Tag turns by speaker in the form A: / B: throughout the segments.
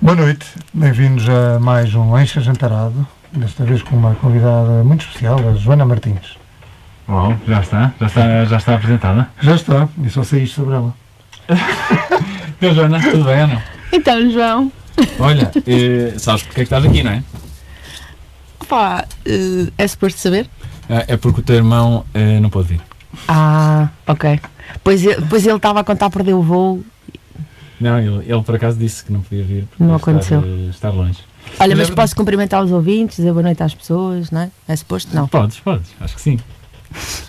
A: Boa noite, bem-vindos a mais um Encha Jantarado, desta vez com uma convidada muito especial, a Joana Martins.
B: Uau, já está, já está, já está apresentada.
A: Já está, e só sei isto sobre ela.
B: Então, Joana, tudo bem ou não?
C: Então, João,
B: Olha, eh, sabes porque é que estás aqui, não é?
C: pá, eh, é suposto saber?
B: Ah, É porque o teu irmão eh, não pôde vir.
C: Ah, ok. Pois, ele- pois ele estava a contar perder o voo.
B: Não, ele, ele por acaso disse que não podia vir porque
C: Não
B: estar,
C: aconteceu.
B: eh, Estar, longe.
C: Olha,
B: Mas
C: mas
B: é
C: posso cumprimentar os ouvintes, dizer boa noite às pessoas, não é? É suposto? Não.
B: Podes, podes, acho que sim.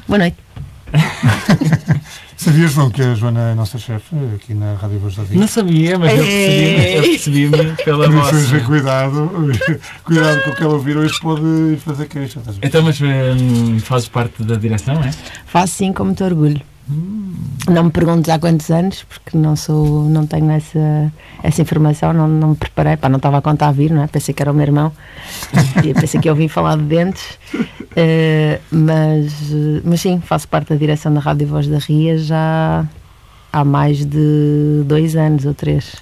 C: Boa noite.
A: Sabias não que a Joana é a nossa chefe aqui na Rádio Voz da
B: Não
A: Vida?
B: sabia, mas eu percebi-me eu percebi-me pela
A: Por isso,
B: voz.
A: seja, cuidado, cuidado com o que ela ouvir hoje pode ir fazer queixa. estás a ver?
B: Então, mas eh, fazes parte da direção, não é?
C: Faço sim com muito orgulho. Não me perguntes há quantos anos, porque não sou, não tenho essa, essa informação, não, não me preparei, pá, não estava a contar a vir, não é? Pensei que era o meu irmão, e pensei que eu ouvi falar de dentes, Eh, mas, eh, mas sim, faço parte da direção da Rádio Voz da Ria já há mais de dois anos ou três,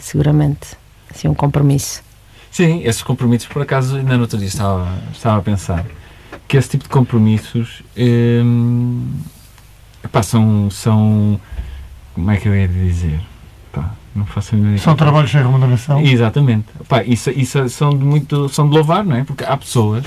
C: seguramente. Assim, um compromisso.
B: Sim, esses compromissos, por acaso, ainda no outro dia estava, estava a pensar que esse tipo de compromissos hum, epá, são, são. Como é que eu ia dizer? Pá, não faço a mínima
A: São
B: ideia.
A: trabalhos sem remuneração.
B: Exatamente. Epá, isso, isso são, de muito, são de louvar, não é? Porque há pessoas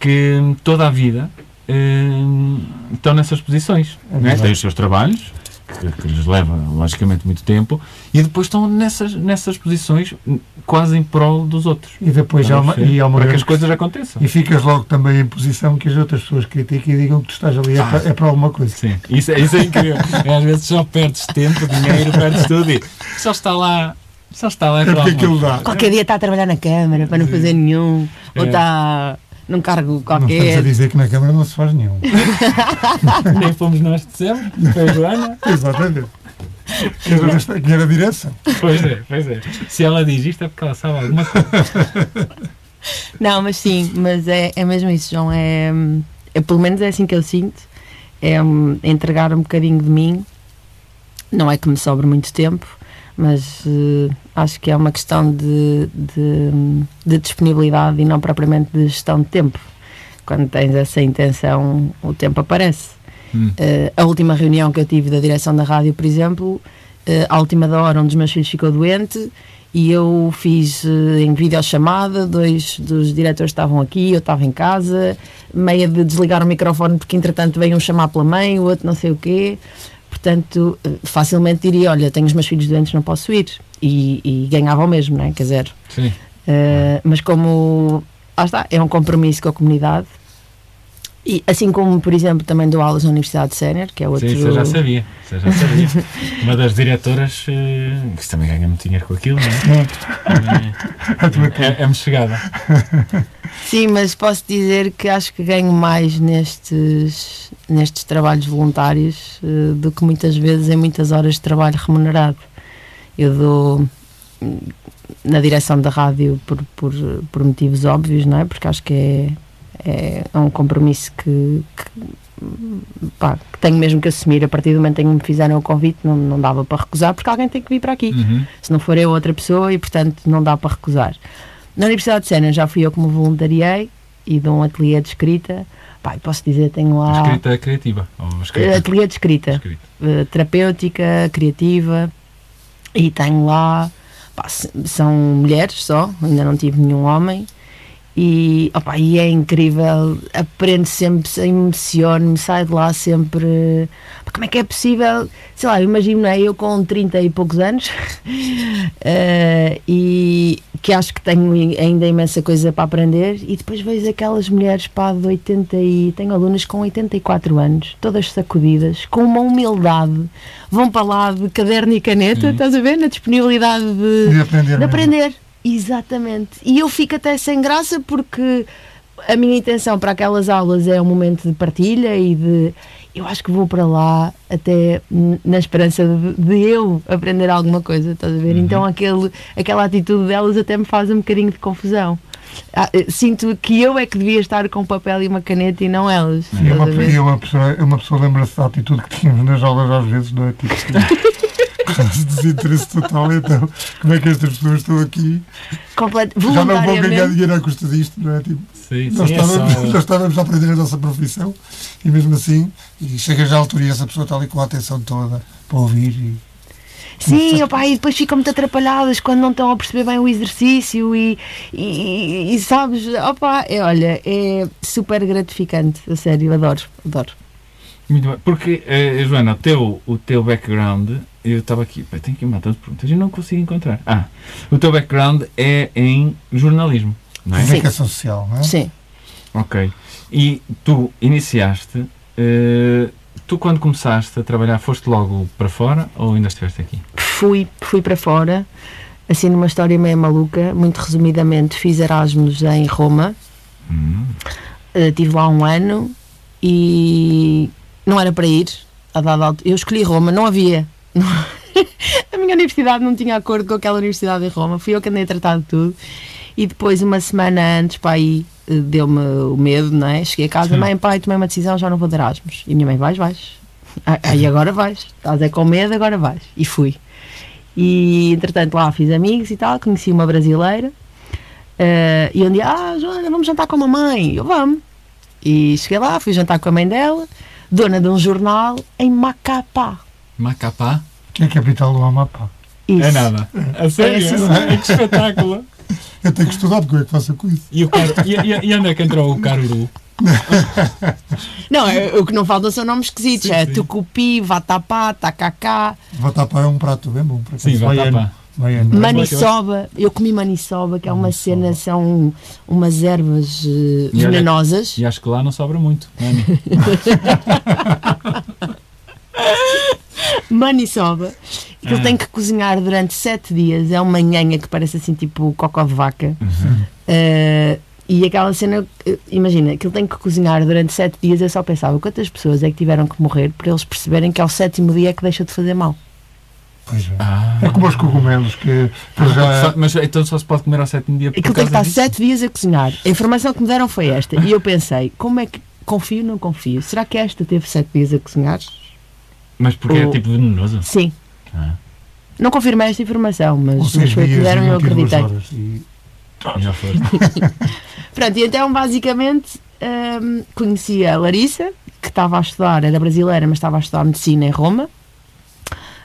B: que hum, toda a vida hum, estão nessas posições.
A: É
B: não é?
A: verdade.
B: Têm os seus trabalhos, que, que lhes leva, logicamente, muito tempo, e depois estão nessas, nessas posições hum, quase em prol dos outros.
A: E depois há
B: Não,
A: uma,
B: sim.
A: e há uma
B: para que as
A: grande-
B: coisas aconteçam.
A: E ficas logo também em posição que as outras pessoas critiquem e digam que tu estás ali é,
B: Ah.
A: para, é para alguma coisa.
B: Sim, isso, é- isso é incrível. Às vezes só perdes tempo, dinheiro, perdes tudo e só está lá. Só está lá
A: É porque aquilo dá.
C: Qualquer dia está a trabalhar na Câmara para não fazer nenhum, ou
B: É.
C: está num cargo
A: Não estamos a
C: qualquer.
A: dizer que na Câmara não se faz nenhum.
B: Nem fomos nós É que dissemos, foi a Joana.
A: Exatamente. Que era, desta- que era a direção.
B: Pois é, pois é. Se ela diz isto é porque ela sabe alguma coisa.
C: Não, mas sim, mas é, é mesmo isso, João. É, hum, é- pelo menos é assim que eu sinto. É hum, entregar um bocadinho de mim. Não é que me sobre muito tempo, mas eh, acho que é uma questão de, de, hum, de disponibilidade e não propriamente de gestão de tempo. Quando tens essa intenção, o tempo aparece.
B: Hum.
C: Eh, a última reunião que eu tive da direção da rádio, por exemplo, eh, à última da hora, um dos meus filhos ficou doente e eu fiz eh, em videochamada, dois dos diretores estavam aqui, eu estava em casa, meia de desligar o microfone porque entretanto veio um chamar pela mãe, o outro não sei o quê. Portanto, eh, facilmente diria, olha, tenho os meus filhos doentes, não posso ir. E, e ganhava o mesmo, não é? Quer dizer,
B: Sim.
C: eh, mas como lá está, é um compromisso com a comunidade. E assim como, por exemplo, também dou aulas na Universidade Sénior, que é outro.
B: Sim, isso eu já sabia. Isso eu já sabia. Uma das diretoras eh, que também ganha muito dinheiro com aquilo, não é? É- É-me chegada.
C: Sim, mas posso dizer que acho que ganho mais nestes, nestes trabalhos voluntários eh, do que muitas vezes em muitas horas de trabalho remunerado. Eu dou hum, na direção da rádio por, por, por motivos óbvios, não é? Porque acho que é, é, um compromisso que, que, hum, pá, que tenho mesmo que assumir. A partir do momento em que me fizeram o convite, não, não dava para recusar, porque alguém tem que vir para aqui
B: Uhum.
C: se não for eu outra pessoa e portanto não dá para recusar. Na Universidade de Sena já fui eu que me voluntariei e dou um ateliê de escrita. Pai, posso dizer, tenho lá
B: Escrita criativa. Ou
C: Eh,
B: escrita.
C: ateliê de escrita
B: escrita.
C: eh, terapêutica, criativa e tenho lá pá, s- são mulheres só, ainda não tive nenhum homem e, opa, e é incrível, aprendo sempre, se- emociono-me, saio de lá sempre. eh, pá, Como é que é possível? Sei lá, eu imagino, não é? Eu com 30 e poucos anos eh, e que acho que tenho i- ainda imensa coisa para aprender. E depois vejo aquelas mulheres pá, de 80 e. Tenho alunas com 84 anos, todas sacudidas, com uma humildade, vão para lá de caderno e caneta, estás a ver? Na disponibilidade de,
A: De aprender.
C: de
A: mesmo.
C: aprender, exatamente. E eu fico até sem graça porque a minha intenção para aquelas aulas é um momento de partilha e de. Eu acho que vou para lá até n- na esperança de, de eu aprender alguma coisa, estás a
A: Uhum.
C: ver? Então aquele, aquela atitude delas até me faz um bocadinho de confusão. Ah, eh, Sinto que eu é que devia estar com um papel e uma caneta e não elas.
A: E é
C: estás a
A: uma,
C: ver?
A: e é uma pessoa, é uma pessoa lembra-se da atitude que tínhamos nas aulas às vezes, não é? Tipo, quase desinteresse total. Então, como é que estas pessoas estão aqui?
C: Completo,
A: Já não vão ganhar
C: voluntariamente.
A: dinheiro à custa disto, não é? Tipo,
B: Sim,
A: nós,
B: sim, é
A: estávamos, nós
B: só...
A: estávamos a aprender a nossa profissão e mesmo assim, e chegas à altura e essa pessoa está ali com a atenção toda para ouvir e
C: Sim, opa, e depois ficam muito atrapalhadas quando não estão a perceber bem o exercício e, e, e- e sabes, opa, é, olha, é super gratificante, a sério, adoro, adoro.
B: Muito bem. Porque, eh, Joana, o teu, o teu background, eu estava aqui, pá, tenho aqui uma tantas perguntas e não consigo encontrar. Ah, o teu background é em jornalismo, não é?
C: Sim.
A: comunicação social, não é?
C: Sim.
B: Ok. E tu iniciaste, eh, tu quando começaste a trabalhar foste logo para fora ou ainda estiveste aqui?
C: fui, fui para fora, assim numa história meio maluca, muito resumidamente, fiz Erasmus em Roma, Eh, tive lá um ano e não era para ir, a dada altura. Eu escolhi Roma, não havia. não- a minha universidade não tinha acordo com aquela universidade em Roma, fui eu que andei a tratar de tudo. E depois, uma semana antes, para aí eh, deu-me o medo, não é? Cheguei a casa,
B: Sim.
C: mãe, pai, tomei uma decisão, já não vou dar Erasmus. E a minha mãe, vais, vais. Ah, ah, E agora vais. Estás é com medo, agora vais. E fui. E entretanto lá fiz amigos e tal, conheci uma brasileira. eh, e um dia, ah, Joana, vamos jantar com a mamãe. E Eu vamos. E cheguei lá, fui jantar com a mãe dela, dona de um jornal em Macapá.
B: Macapá?
A: Que é a capital do Amapá.
C: Isso.
B: É nada. A sério?
C: sim,
B: que espetáculo!
A: Eu tenho que estudar porque eu é que faço com isso.
B: E, o Car- e, e- e onde é que entrou o Caruru?
C: Não, é- o que não faltam são nomes esquisitos.
B: Sim,
C: é
B: sim.
C: Tucupi, Vatapá, Tacacá,
A: Vatapá é um prato bem bom. Por acaso.
B: Sim, Vatapá.
A: Baiano.
B: Mas-
C: Maniçoba. Eu comi maniçoba, que é uma cena, são um, umas ervas eh,
B: olha-
C: venenosas.
B: E acho que lá não sobra muito. não é?
C: maniçoba, que
B: Ah.
C: ele tem que cozinhar durante sete dias. É uma nhanha que parece assim tipo cocó de vaca.
B: Uhum.
C: Eh, e aquela cena, eh, imagina, que ele tem que cozinhar durante sete dias. Eu só pensava quantas pessoas é que tiveram que morrer para eles perceberem que ao sétimo dia é que deixa de fazer mal.
A: Pois é.
B: Ah.
A: É como os cogumelos que para já é-
B: Só- mas então só se pode comer ao sétimo dia por
C: Aquilo tem que
B: causa
C: estar
B: disso?
C: sete dias a cozinhar. A informação que me deram foi esta. E eu pensei, como é que. Confio, não confio. Será que esta teve sete dias a cozinhar?
B: Mas porque é
C: O-
B: tipo venenoso?
C: Sim.
B: Ah.
C: Não confirmei esta informação, mas,
A: ou
C: mas
A: seis
C: foi o que me
A: dias
C: deram e eu
A: e 22
C: acreditei.
A: horas. E
B: Já foste.
C: Pronto, e então basicamente hum, conheci a Larissa, que estava a estudar, era brasileira, mas estava a estudar medicina em Roma.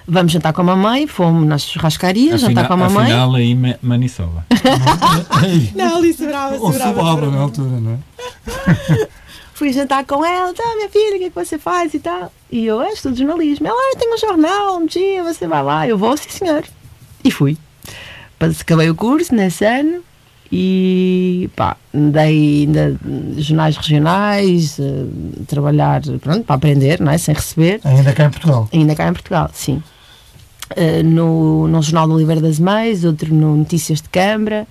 C: Vamos jantar com a mamãe, fomos nas churrascarias, jantar tá com a mamãe. Tá
B: afinal aí ma- maniçoba.
C: Não, ali sobrava,
A: ou sobrava na altura, não é?
C: Fui jantar com ela, tá, minha filha, o que é que você faz e tal? E eu, ah, estudo jornalismo. Ela, ah, tem um jornal, um dia você vai lá. Eu vou, sim senhor. E fui. Mas Acabei o curso nesse ano e pá, dei ainda hum, jornais regionais, eh, trabalhar, pronto, para aprender, não é? Sem receber.
A: Ainda cá em Portugal.
C: Ainda cá em Portugal, sim. Eh, no, no Jornal do Oliveira das Mães, outro no Notícias de Câmara.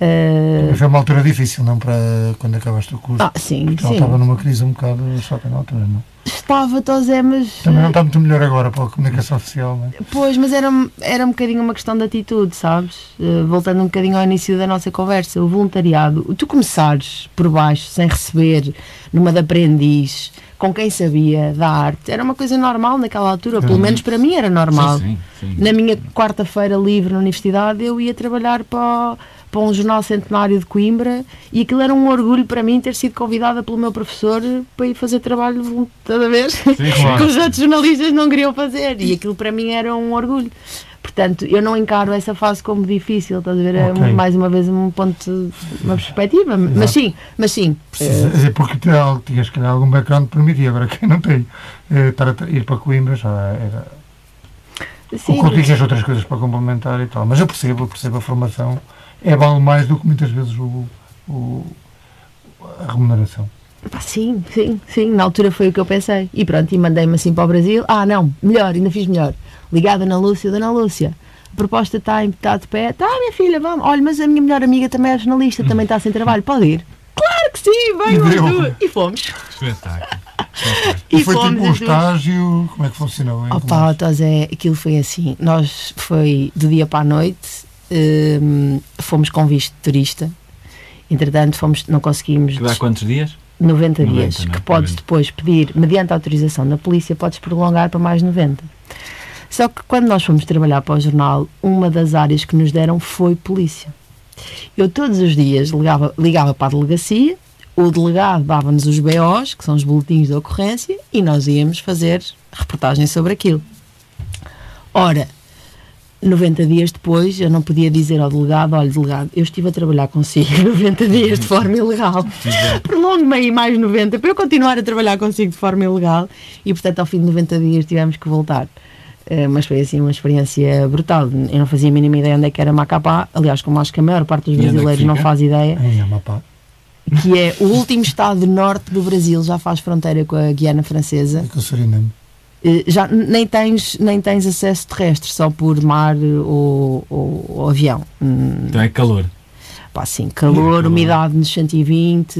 C: eh,
A: Foi uma altura difícil, não para quando acabaste o curso.
C: ah, sim,
A: Portugal
C: sim.
A: estava numa crise um bocado chata na altura, não? é?
C: Estava, Tosé, mas. eh,
A: Também não está muito melhor agora para a comunicação oficial, não é?
C: Pois, mas era, era um bocadinho uma questão de atitude, sabes? Eh, voltando um bocadinho ao início da nossa conversa, o voluntariado, o tu começares por baixo, sem receber, numa de aprendiz, com quem sabia da arte, era uma coisa normal naquela altura, pelo
B: Uhum.
C: menos para mim era normal.
B: Sim, sim, sim.
C: Na minha quarta-feira livre na universidade, eu ia trabalhar para, o- para um jornal centenário de Coimbra e aquilo era um orgulho para mim ter sido convidada pelo meu professor para ir fazer trabalho volun- estás a ver?
B: claro.
C: que os outros jornalistas não queriam fazer e aquilo para mim era um orgulho. Portanto, eu não encaro essa fase como difícil, estás a ver? É
A: Ok.
C: mais uma vez um ponto, uma perspectiva. Mas sim, mas sim.
A: Precisa, é dizer, porque ter algo- tinhas que algum background que permitia, agora quem não tem, eh, estar a tra- ir para Coimbra já era.
C: eh,
A: Ou
C: sim.
A: contigo tinhas outras coisas para complementar e tal. Mas eu percebo, eu percebo a formação. É vale mais do que muitas vezes o, o- a remuneração.
C: Pá, Sim, sim, sim, na altura foi o que eu pensei. E pronto, e mandei-me assim para o Brasil. Ah, não, melhor, ainda fiz melhor. Ligada na Lúcia, Dona Lúcia, a proposta está em está de pé. Tá, minha filha, vamos. Olha, mas a minha melhor amiga também é jornalista, também está sem trabalho, pode ir. Claro que sim, venham as
A: Deu.
C: duas. E fomos.
B: Espetáculo.
C: E,
A: foi
C: fomos
A: tipo um
C: as duas.
A: estágio. Como é que funcionou? hein? Como
C: Opa,
A: é que-
C: Tozé, aquilo foi assim. Nós foi do dia para a noite, hum, fomos com visto de turista. Entretanto, fomos, não conseguimos
B: Que dá quantos dias?
C: 90 dias,
B: 90, né?
C: que podes
B: 90.
C: depois pedir, mediante autorização da polícia, podes prolongar para mais 90. Só que quando nós fomos trabalhar para o jornal, uma das áreas que nos deram foi polícia. Eu todos os dias ligava, ligava para a delegacia, o delegado dava-nos os BOs, que são os boletins de ocorrência, e nós íamos fazer reportagem sobre aquilo. Ora, 90 dias depois, eu não podia dizer ao delegado: olha, delegado, eu estive a trabalhar consigo 90 dias de forma ilegal. Prolongue-me aí mais 90 para eu continuar a trabalhar consigo de forma ilegal. E, portanto, ao fim de 90 dias tivemos que voltar. Eh, mas foi assim uma experiência brutal. Eu não fazia a mínima ideia onde é que era Macapá. Aliás, como acho que a maior parte
B: E
C: dos
B: onde é que
C: brasileiros não
B: fica?
C: faz ideia,
A: é? Em Amapá.
C: que é o último estado norte do Brasil, já faz fronteira com a Guiana Francesa.
A: E com o Suriname.
C: Eh, já nem tens, nem tens acesso terrestre, só por mar eh, ou, ou- ou avião. Hum,
B: Então é calor.
C: pá, assim, calor,
B: calor.
C: umidade nos 120,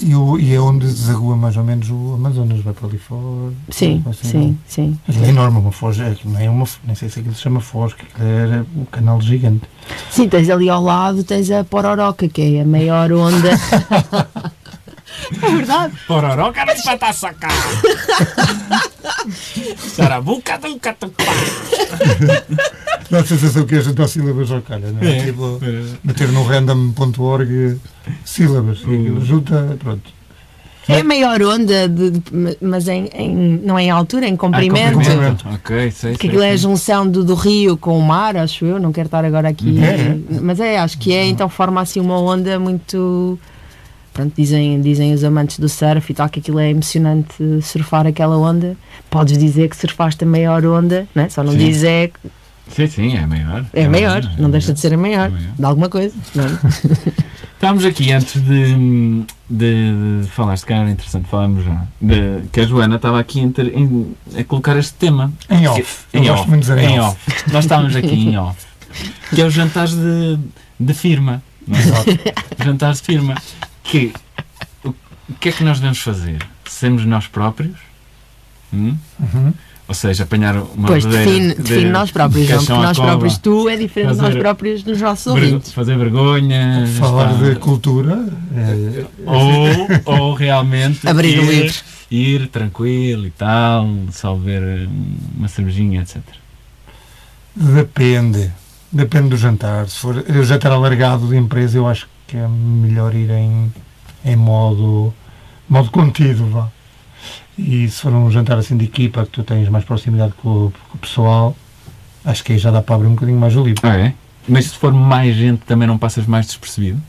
A: E, o, e é onde desagua mais ou menos o Amazonas, vai para ali fora.
C: sim,
A: Vai assim,
C: sim, sim.
A: Aquilo é enorme, uma foz, é, aquilo nem, é uma, f- nem sei se aquilo se chama foz, que aquilo era um canal gigante.
C: Sim, tens ali ao lado, tens a Pororoca, que é a maior onda. é verdade.
B: Pororó, cara tá de patassacá. Sarabuca, dunca,
A: Dá a sensação que a gente dá sílabas ao calha, não é? Tipo, meter no random.org sílabas, e aquilo junta, pronto.
C: É a maior onda, de- de- mas em, em- não é em altura, é em comprimento.
A: comprimento.
B: Ok, sei.
C: Porque
B: sei,
C: aquilo é a
B: sei.
C: junção do, do rio com o mar, acho eu, não quero estar agora aqui.
A: É,
B: Uhum.
C: Mas é, acho que é, então forma assim uma onda muito. Pronto, dizem, dizem os amantes do surf e tal que aquilo é emocionante surfar aquela onda. Podes dizer que surfaste a maior onda, não é? só não
B: Sim.
C: dizes é,
B: Sim, sim, é maior.
C: é a maior,
B: é
C: não deixa de ser a maior,
B: É maior.
C: de alguma coisa. não é?
B: Estávamos aqui antes de, de, de falar, se calhar era interessante falarmos já, de- que a Joana estava aqui em ter- em- a colocar este tema.
A: Em off.
B: Em
A: Eu gosto
B: off,
A: muito de dizer em off.
B: Nós estávamos aqui em off. Que é os jantares de, de firma. não é? Jantares de firma. Que o, o que é que nós devemos fazer? Sermos nós próprios? Hum?
A: Uhum.
B: Ou seja, apanhar uma
C: Pois
B: verdadeira-
C: define, define nós próprios, não,
B: caixão
C: porque
B: à
C: nós
B: cova.
C: próprios, tu é diferente de nós
B: Fazer-
C: próprios dos nossos
B: Vergo-
C: ouvintes.
B: fazer vergonha.
A: Falar
B: está-
A: de cultura, é,
B: ou, ou realmente
C: Abrir o
B: ir,
C: livro.
B: ir tranquilo e tal, só beber hum, uma cervejinha, etc.
A: Depende. Depende do jantar. Se for eh, jantar alargado de empresa, eu acho que é melhor ir em, em modo, modo contido, vá. E se for um jantar assim de equipa, que tu tens mais proximidade com o, com o pessoal, acho que aí já dá para abrir um bocadinho mais o livro.
B: Ah, é? Mas se for mais gente também não passas mais despercebido?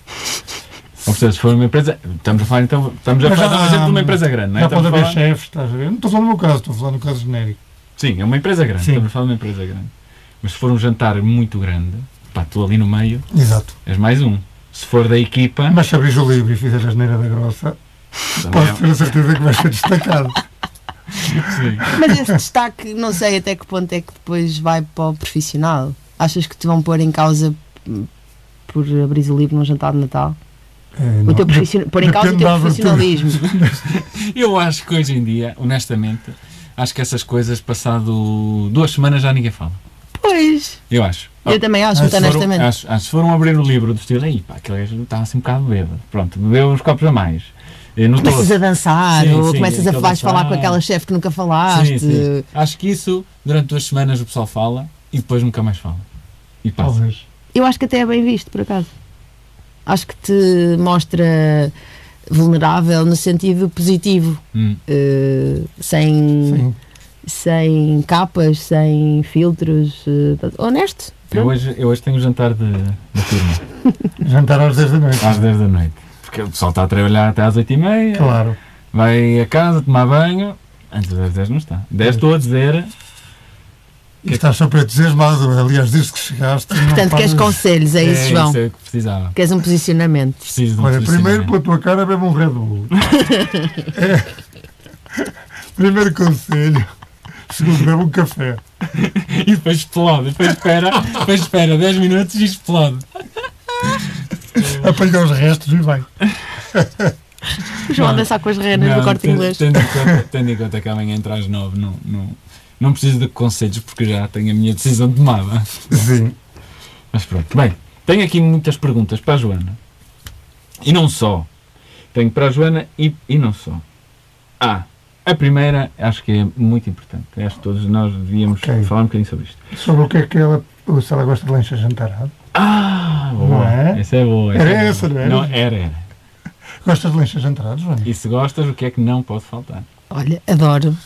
B: Ou seja, se for uma empresa. Estamos a falar então. Estamos a
A: Mas
B: falar
A: já-
B: de um exemplo de uma empresa grande, não é?
A: já pode
B: Estamos a
A: haver
B: falar-
A: chefes, estás a ver? Não estou a falar no meu caso, estou a falar no caso genérico.
B: Sim, é uma empresa grande.
A: Sim.
B: Estamos a falar de uma empresa grande. Mas se for um jantar muito grande, pá, tu ali no meio
A: Exato.
B: és mais um. Se for da equipa,
A: Mas se abris o livro e fizeres a geneira da grossa,
B: também
A: podes ter a certeza que vais ser destacado.
B: é... Sim.
C: Mas esse destaque, não sei até que ponto é que depois vai para o profissional. Achas que te vão pôr em causa hum, por abrir o livro num jantar de Natal?
A: Eh,
C: O
A: não.
C: teu profission... Pôr em causa o
A: depende
C: teu
A: da abertura.
C: profissionalismo.
B: Eu acho que hoje em dia, honestamente, acho que essas coisas, passado duas semanas, já ninguém fala.
C: Pois,
B: Eu acho.
C: eu também acho,
A: Mas
C: muito
B: Se Ah, foram- ah,
C: honestamente.
B: acho- acho que se foram abrir o livro do estilo, aí pá, aquele gajo está assim um bocado bêbado. Pronto, bebeu uns copos a mais. Eh, No
C: Começas
B: todo.
C: a dançar,
B: Sim,
C: ou
B: sim,
C: começas a
B: aquele
C: vais falar com
B: dançar.
C: aquela chefe que nunca
B: Sim,
C: falaste.
B: sim. Acho que isso, durante duas semanas, o pessoal fala e depois nunca mais fala. E passa.
A: Talvez.
C: Eu acho que até é bem visto, por acaso. Acho que te mostra vulnerável no sentido positivo,
B: Hum.
C: eh, sem,
A: Sim.
C: sem capas, sem filtros, eh, honesto.
B: Eu,
C: pronto.
B: hoje, eu hoje tenho um jantar de, de turma,
A: Jantar às 10 da noite.
B: às 10 da noite. Porque o pessoal está a trabalhar até às 8h30,
A: Claro.
B: vai a casa tomar banho. Antes das 10 não está. 10 estou a dizer.
A: E estás super entusiasmado, aliás, desde que chegaste. não
C: Portanto,
A: paras.
C: queres conselhos, é isso, João.
B: é o que precisava.
C: Queres um posicionamento.
B: Preciso de um
A: Olha, primeiro
B: posicionamento.
A: pela tua cara bebe um Red Bull. É. Primeiro conselho. Segundo, bebe um café.
B: E depois explode, depois espera, depois espera 10 minutos e explode.
A: Apanha os restos e vai.
C: O João
B: Não.
C: dançar com as renas É, no corte
B: ten-
C: inglês.
B: Tendo em, conta, tendo em conta que amanhã entra às 9, não, não, não preciso de conselhos porque já tenho a minha decisão tomada.
A: Sim.
B: Mas pronto, bem, tenho aqui muitas perguntas para a Joana. E não só. Tenho para a Joana e, e não só. A. Ah, A primeira acho que é muito importante. Acho que todos nós devíamos
A: Ok.
B: falar um bocadinho sobre isto.
A: Sobre o que é que ela, se ela gosta de lanche jantarado.
B: Ah, boa.
A: Não é?
B: Essa é boa.
A: Era
B: é
A: essa,
B: boa.
A: não era?
B: Não, era, era.
A: Gostas de lanche jantarados, Joana?
B: E se gostas, o que é que não pode faltar?
C: Olha, adoro.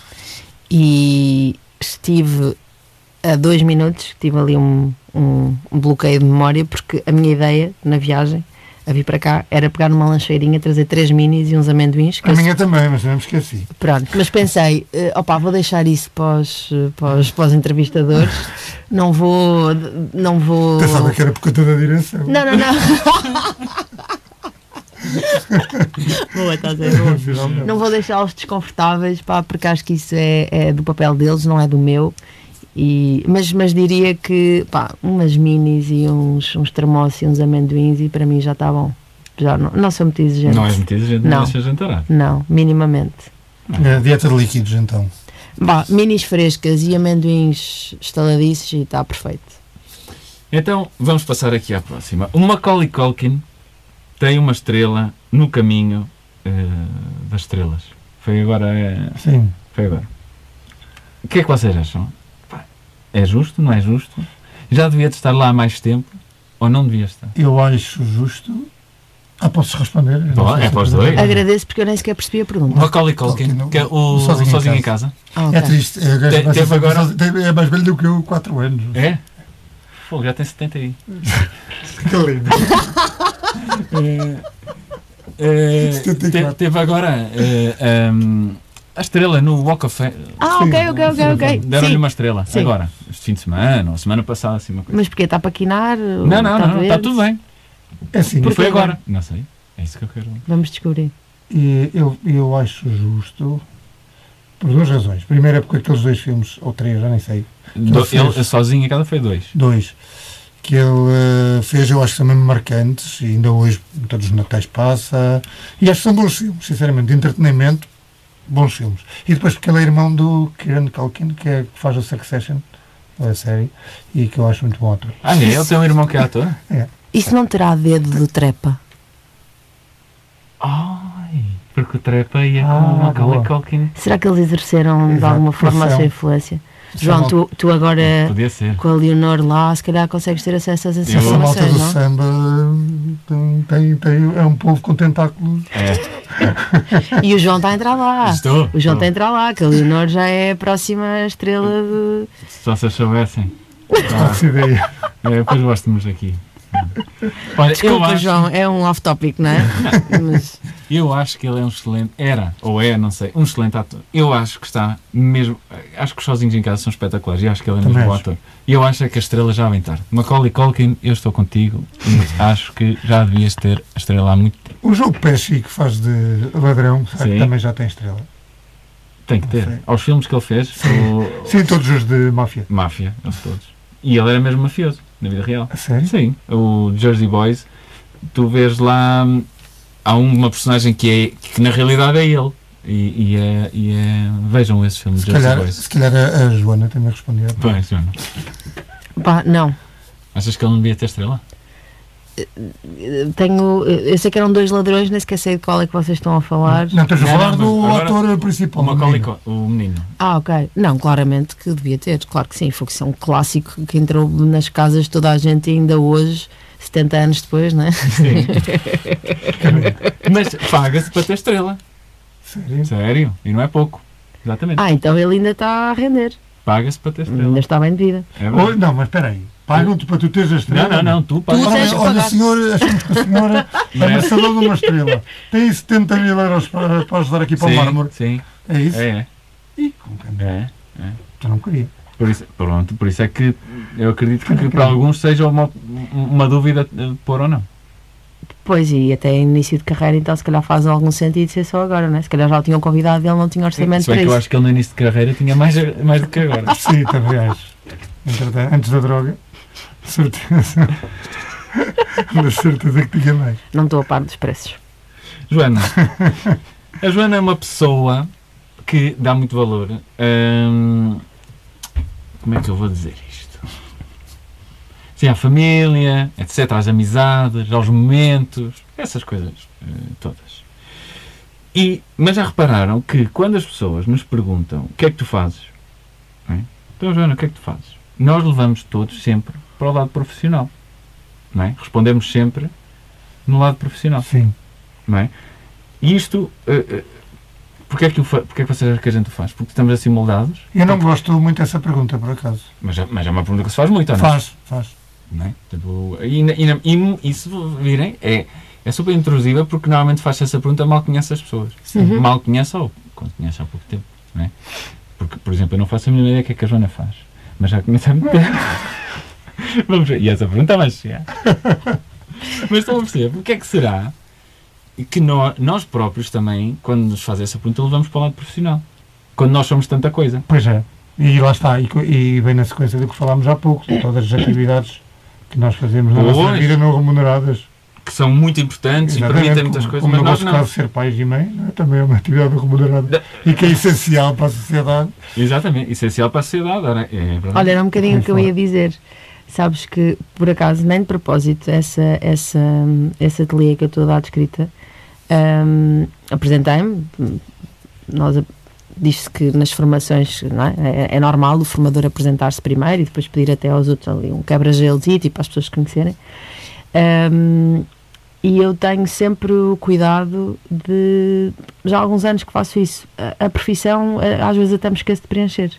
C: E estive a dois minutos, tive ali um, um- um bloqueio de memória, porque a minha ideia na viagem, a vir para cá, era pegar numa lancheirinha, trazer três minis e uns amendoins. que
A: A
C: eu-
A: minha também, mas não me esqueci.
C: Pronto, mas pensei, eh, opá, vou deixar isso para os, para os, para os entrevistadores, não vou. Não vou.
A: Pensava que era por conta da direção.
C: Oh. Não, não, não. boa, estás a ver, boa.
A: Finalmente.
C: Não vou deixá-los desconfortáveis, pá, porque acho que isso é, é do papel deles, não é do meu. E, mas, mas diria que, pá, umas minis e uns, uns termossos e uns amendoins e para mim já está bom. Já não, não sou muito exigente.
B: Não és muito exigente,
C: Não.
B: não deixas jantarado.
C: Não, minimamente.
A: É, dieta de líquidos, então.
C: Bah, minis frescas e amendoins estaladiços e está perfeito.
B: Então, vamos passar aqui à próxima. O Macaulay Culkin tem uma estrela no caminho eh, das estrelas. Foi agora... eh,
A: Sim.
B: Foi agora. O que é que vocês acham? Pá, É justo? Não é justo? Já devia de estar lá há mais tempo? Ou não devia estar?
A: Eu acho justo. Ah, posso responder? Eu não
B: Bom,
A: sei
B: é
A: se
B: para os
A: eu-
B: dois.
C: Agradeço porque eu nem sequer percebi a pergunta.
B: Macaulay Culkin,
A: Culkin,
B: que é o
A: o Sozinho
B: Sozinho,
A: em
B: em casa.
C: Ah,
A: É
C: ok.
A: triste. É, o gajo
B: Te-
A: vai ser
B: teve
A: sempre
B: agora-
A: sozinho. Tem- é mais velho do que eu, 4 anos.
B: É? Pô, já tem 70 aí.
A: Que lindo.
B: É. Eh, Te-
A: 74.
B: teve agora eh, ehm, a estrela no Walk of Fame.
C: Ah, ok, ok, ok, ok.
B: Deram-lhe
C: Sim.
B: uma estrela.
C: Sim.
B: Agora, este fim de semana, ou semana passada, assim, uma coisa.
C: Mas porque está para quinar? tá
B: não, não, não, está tudo bem.
A: É assim,
B: E
C: Porque
B: foi
C: agora?
B: agora. Não sei. É isso que eu quero.
C: Vamos descobrir.
A: E eu, eu acho justo por duas razões. Primeiro é porque aqueles dois filmes, ou três, já nem sei,
B: Do-
A: fez.
B: ele sozinho em casa foi dois.
A: dois, que ele eh, fez, eu acho que também marcantes, e ainda hoje todos os natais passa. E acho que são bons filmes, sinceramente, de entretenimento, bons filmes. E depois porque ele é irmão do Kieran Culkin, que, é, que faz o Succession, a série, e que eu acho muito bom ator.
B: Ah, é? Ele tem um irmão que é ator?
C: Isso não terá dedo do trepa?
B: Ai, porque o trepa ia com
A: Ah,
B: o Macaulay
A: boa.
B: Culkin.
C: Será que eles exerceram de
A: Exato,
C: alguma forma a
A: pressão.
C: sua influência? João, tu, tu agora
B: Podia ser.
C: com a Leonor lá, se calhar consegues ter acesso às
B: Eu-
A: Essa malta
C: informações,
A: do
C: não?
A: samba tem, tem, tem- é um povo com tentáculos.
B: É.
C: E o João está a entrar lá.
B: Estou.
C: O João está
B: Estou.
C: a entrar lá, que a Leonor já é a próxima estrela de.
B: Se vocês soubessem.
A: Faço ideia.
B: Ah, é, depois gosto-nos aqui. Olha, eu,
C: Desculpa,
B: acho,
C: João, é um off-topic, não é? Mas
B: eu acho que ele é um excelente. Era, ou é, não sei, um excelente ator. Eu acho que está mesmo. Acho que os sozinhos em casa são espetaculares e acho que ele é mesmo
A: Também
B: bom
A: acho.
B: ator. E eu acho é que a estrela já vem tarde. Macaulay Culkin, eu estou contigo e acho que já devias ter a estrela há muito tempo.
A: O jogo Pesci que faz de ladrão, sabe,
B: Sim.
A: que também já tem estrela.
B: Tem que ter.
A: Sim.
B: Aos filmes que ele fez, o-
A: Sim, todos os de máfia.
B: Máfia, eles todos. E ele era mesmo mafioso, na vida real.
A: A sério?
B: Sim, o Jersey Boys, tu vês lá, hum, há uma personagem que, é, que na realidade é ele. E, e é, e é- Vejam esse filme,
A: Se
B: Jersey
A: calhar,
B: Boys.
A: se calhar a, a Joana também respondeu.
B: Bem, Joana,
C: pá, não.
B: achas que ele não devia ter estrela?
C: Tenho. Eu sei que eram dois ladrões, nem sequer sei de qual é que vocês estão a falar.
A: Não, estás a
B: Não,
A: falar
B: não,
A: do
B: mas agora-
A: ator
B: O
A: principal. é?
B: Macaulay,
A: menino.
B: Co- o menino.
C: Ah, ok. Não, claramente que devia ter, claro que sim. Foi que isso é um clássico que entrou nas casas de toda a gente e ainda hoje, 70 anos depois, né?
B: Sim. Mas paga-se para ter estrela.
A: Sério?
B: Sério, e não é pouco. Exatamente.
C: Ah, então ele ainda está a render.
B: Paga-se para ter
C: Ainda
B: estrela.
C: está bem de vida.
B: É verdade.
A: Ou- não, mas espera aí. Pagam-te para tu teres a
B: não,
A: estrela?
B: não, não, tu pagas.
C: tens
A: Olha,
C: que
A: olha
C: pagar.
A: senhor, achamos que a senhora é
B: Merece.
A: merecedora de uma estrela. Tem 70 mil euros para, para ajudar aqui para o mármore.
B: Sim, sim.
A: É isso?
B: É,
A: Ih, com quem?
B: é. é.
A: Tu não queria.
B: Por isso, pronto, por isso é que eu acredito que, que para alguns seja uma, uma dúvida eh, pôr ou não.
C: Pois, e até início de carreira, então se calhar faz algum sentido ser só agora, né? Se calhar já o tinham convidado e ele não tinha orçamento
B: Se bem
C: para
B: que eu
C: isso.
B: acho que ele no início de carreira tinha mais, eh, mais do que agora.
A: Sim, também acho. Entretanto, antes da droga, de certeza. De certeza que tinha mais.
C: Não estou a par dos preços.
B: Joana. A Joana é uma pessoa que dá muito valor. hum, como é que eu vou dizer isto? Sim, à família, etc., às amizades, aos momentos, essas coisas eh, todas. E, mas já repararam que quando as pessoas nos perguntam o que é que tu fazes, não é? então Joana, o que é que tu fazes? Nós levamos todos sempre para o lado profissional. Não é? Respondemos sempre no lado profissional.
A: Sim.
B: Não é? E isto, eh, eh, porque, é que o fa- porque é que vocês acham que a gente o faz? Porque estamos assim moldados?
A: Eu não gosto muito dessa pergunta, por acaso.
B: Mas, é- mas é uma pergunta que se faz muito, ou não?
A: Faz, faz.
B: não é? Portanto, e, na- e, na- e, e se virem, é, é super intrusiva porque normalmente faz essa pergunta mal conhece as pessoas.
C: Uhum.
B: Mal conhece ou quando conhece há pouco tempo, não é? Porque, por exemplo, eu não faço a mínima ideia do que é que a Joana faz, mas já conheço há muito tempo. Vamos ver, e essa pergunta vai chegar. mas estão a perceber, o que é que será que nó- nós próprios também, quando nos fazem essa pergunta, levamos para o lado profissional? Quando nós somos tanta coisa.
A: Pois é. E lá está. E, co- e bem na sequência do que falámos há pouco, de todas as atividades que nós fazemos na nossa
B: Pois.
A: vida não remuneradas.
B: que são muito importantes
A: Exatamente, Um
B: e permitem muitas
A: como-
B: coisas,
A: como
B: mas
A: no
B: nós
A: vosso
B: não.
A: caso ser pais e mãe não é? também é uma atividade remunerada e que é essencial para a sociedade.
B: Exatamente, essencial para a sociedade. ora, é verdade.
C: Olha, era um bocadinho o que eu
A: Fala.
C: ia dizer. Sabes que, por acaso, nem de propósito, essa, essa, essa ateliê que eu estou a dar de escrita, hum, apresentei-me. Nós a- diz-se que nas formações não é? É, é normal o formador apresentar-se primeiro e depois pedir até aos outros ali um quebra-gelos e tipo, para as pessoas conhecerem. Hum, e eu tenho sempre o cuidado de. Já há alguns anos que faço isso. A, a profissão, a- às vezes, até me esqueço de preencher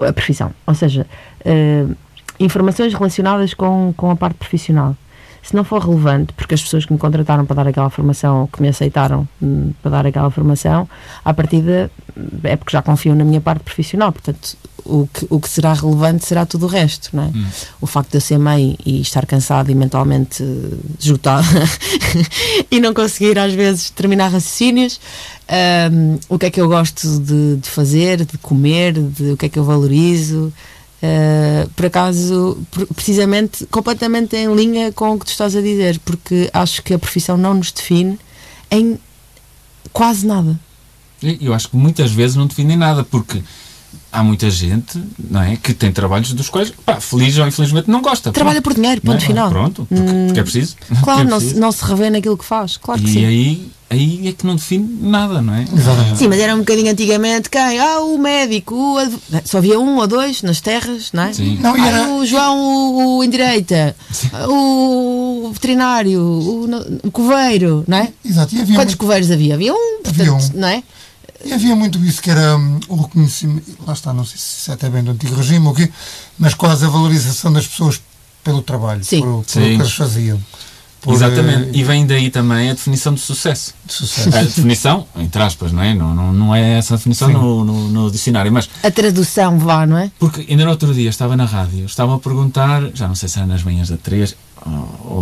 C: a profissão, ou seja, eh, informações relacionadas com, com a parte profissional. Se não for relevante, porque as pessoas que me contrataram para dar aquela formação ou que me aceitaram hum, para dar aquela formação, à partida hum, é porque já confiam na minha parte profissional, portanto, o que, o que será relevante será tudo o resto, não é?
B: Hum.
C: O facto de eu ser mãe e estar cansada e mentalmente eh, esgotada e não conseguir às vezes terminar raciocínios, hum, o que é que eu gosto de, de fazer, de comer, de o que é que eu valorizo. eh, por acaso, pre- precisamente, completamente em linha com o que tu estás a dizer, porque acho que a profissão não nos define em quase nada.
B: E Eu acho que muitas vezes não definem nada, porque há muita gente não é, que tem trabalhos dos quais, pá, feliz ou infelizmente, não gosta.
C: Trabalha por dinheiro,
B: Não é?
C: ponto final.
B: Pronto, porque,
C: Hum,
B: porque é preciso.
C: Claro,
B: Porque é
C: não, se-
B: preciso.
C: não se revê naquilo que faz, claro que
B: E
C: sim.
B: aí, aí é que não define nada, não é?
A: Exatamente.
C: Sim, mas era um bocadinho antigamente quem? Ah, o médico, o adv- só havia um ou dois nas terras, não é?
B: Sim.
A: Não, e era-
C: Ah, o João, o, o endireita, o veterinário, o, no- o coveiro, não é?
D: Exato, e havia,
C: Quantos
D: muito,
C: coveiros havia? Havia um,
D: Havia
C: portanto,
D: um.
C: não é?
D: e havia muito isso que era hum, o reconhecimento, lá está, não sei se é até bem do antigo regime ou o quê, mas quase a valorização das pessoas pelo trabalho,
C: Sim.
D: por, o- por
B: Sim.
D: o que eles faziam. Por,
B: Exatamente. É,
D: eh,
B: E vem daí também a definição de sucesso.
D: de sucesso.
B: A definição, entre aspas, não é? Não, não, não é essa a definição no, no, no dicionário, mas
C: A tradução vá, não é?
B: Porque ainda no outro dia estava na rádio, estava a perguntar, já não sei se era nas manhãs da 3 ou,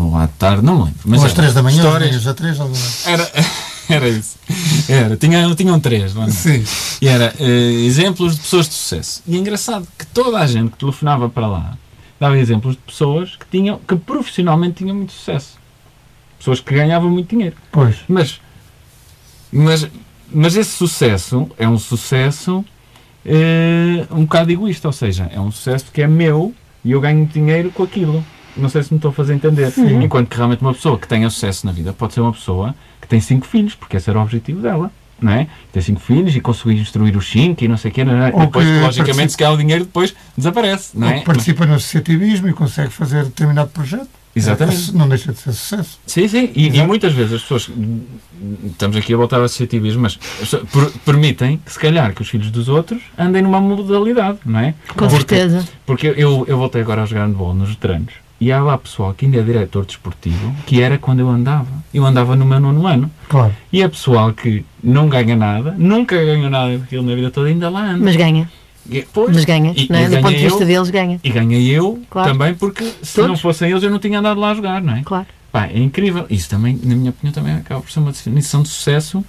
B: ou à tarde, não me lembro. Mas
D: Ou às
B: era,
D: três da manhã,
B: Histórias.
D: às três, alguma
B: Era, era isso. Era, tinha, tinha um 3, não é?
D: Sim.
B: E era eh, exemplos de pessoas de sucesso. E é engraçado que toda a gente que telefonava para lá dava exemplos de pessoas que, tinham, que profissionalmente tinham muito sucesso. Pessoas que ganhavam muito dinheiro.
A: Pois.
B: Mas, mas, mas esse sucesso é um sucesso eh, um bocado egoísta, ou seja, é um sucesso que é meu e eu ganho dinheiro com aquilo. Não sei se me estou a fazer entender. Enquanto que realmente uma pessoa que tenha sucesso na vida pode ser uma pessoa que tem cinco filhos, porque esse era o objetivo dela. Não é? Tem cinco filhos e conseguiu instruir os cinco e não sei o quê. não é? E
A: Ou
B: depois,
A: que
B: logicamente,
A: participe-
B: se calhar o dinheiro depois desaparece. Não
A: Ou
B: é?
A: que participa no associativismo e consegue fazer determinado projeto.
B: Exatamente.
A: Isso não deixa de ser sucesso.
B: Sim, sim. E, e
A: Exato.
B: muitas vezes as pessoas. Estamos aqui a voltar ao associativismo, mas as pessoas per- permitem que, se calhar, que os filhos dos outros andem numa modalidade, não é?
C: Com certeza.
B: Porque eu, eu voltei agora a jogar handball nos veteranos e há lá pessoal que ainda é diretor desportivo, que era quando eu andava. Eu andava no meu nono ano.
A: Claro.
B: E é pessoal que não ganha nada, nunca ganhou nada daquilo na vida toda, ainda lá anda.
C: Mas ganha,
B: E, pois,
C: mas ganha,
B: E-
C: não
B: e
C: é? Do
B: ganha
C: ponto de vista
B: eu.
C: deles, ganha,
B: E ganhei eu
C: Claro.
B: também, porque se
C: Todos.
B: não fossem eles eu não tinha andado lá a jogar, não é?
C: claro.
B: Pá, é incrível. Isso também, na minha opinião, também acaba por ser uma definição de sucesso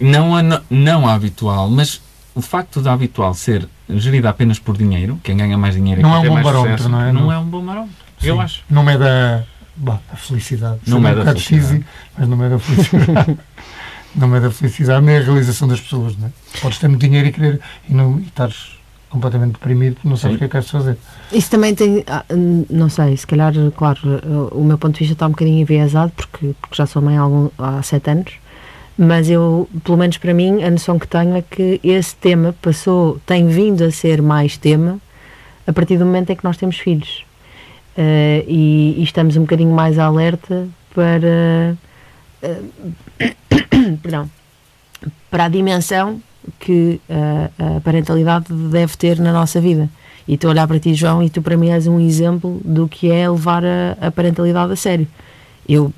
B: não, a- não a habitual, mas o facto da habitual ser gerida apenas por dinheiro, quem ganha mais dinheiro é
A: Não
B: quem
A: é um
B: tem
A: bom
B: mais
A: barómetro,
B: sucesso,
A: não é?
B: Não
A: Não.
B: é um bom barómetro, eu
A: Sim.
B: acho.
A: Não é da, bah, da felicidade.
B: Não
A: Sendo
B: é
A: um
B: da
A: bocado
B: felicidade.
A: cheesy, mas não é da felicidade. não é da felicidade nem a realização das pessoas, não é? Podes ter muito dinheiro e querer e, não, e estares completamente deprimido porque não sabes
B: Sim.
A: o que é que has de fazer.
C: Isso também tem, ah, hum, não sei, se calhar, claro, eh, o meu ponto de vista está um bocadinho enviesado, porque, porque já sou mãe há, algum, há sete anos, mas eu, pelo menos para mim, a noção que tenho é que esse tema passou, tem vindo a ser mais tema a partir do momento em que nós temos filhos. Eh, e, e estamos um bocadinho mais alerta para. eh, perdão. Para a dimensão que eh, a parentalidade deve ter na nossa vida. E estou a olhar para ti, João, e tu para mim és um exemplo do que é levar a, a parentalidade a sério. Eu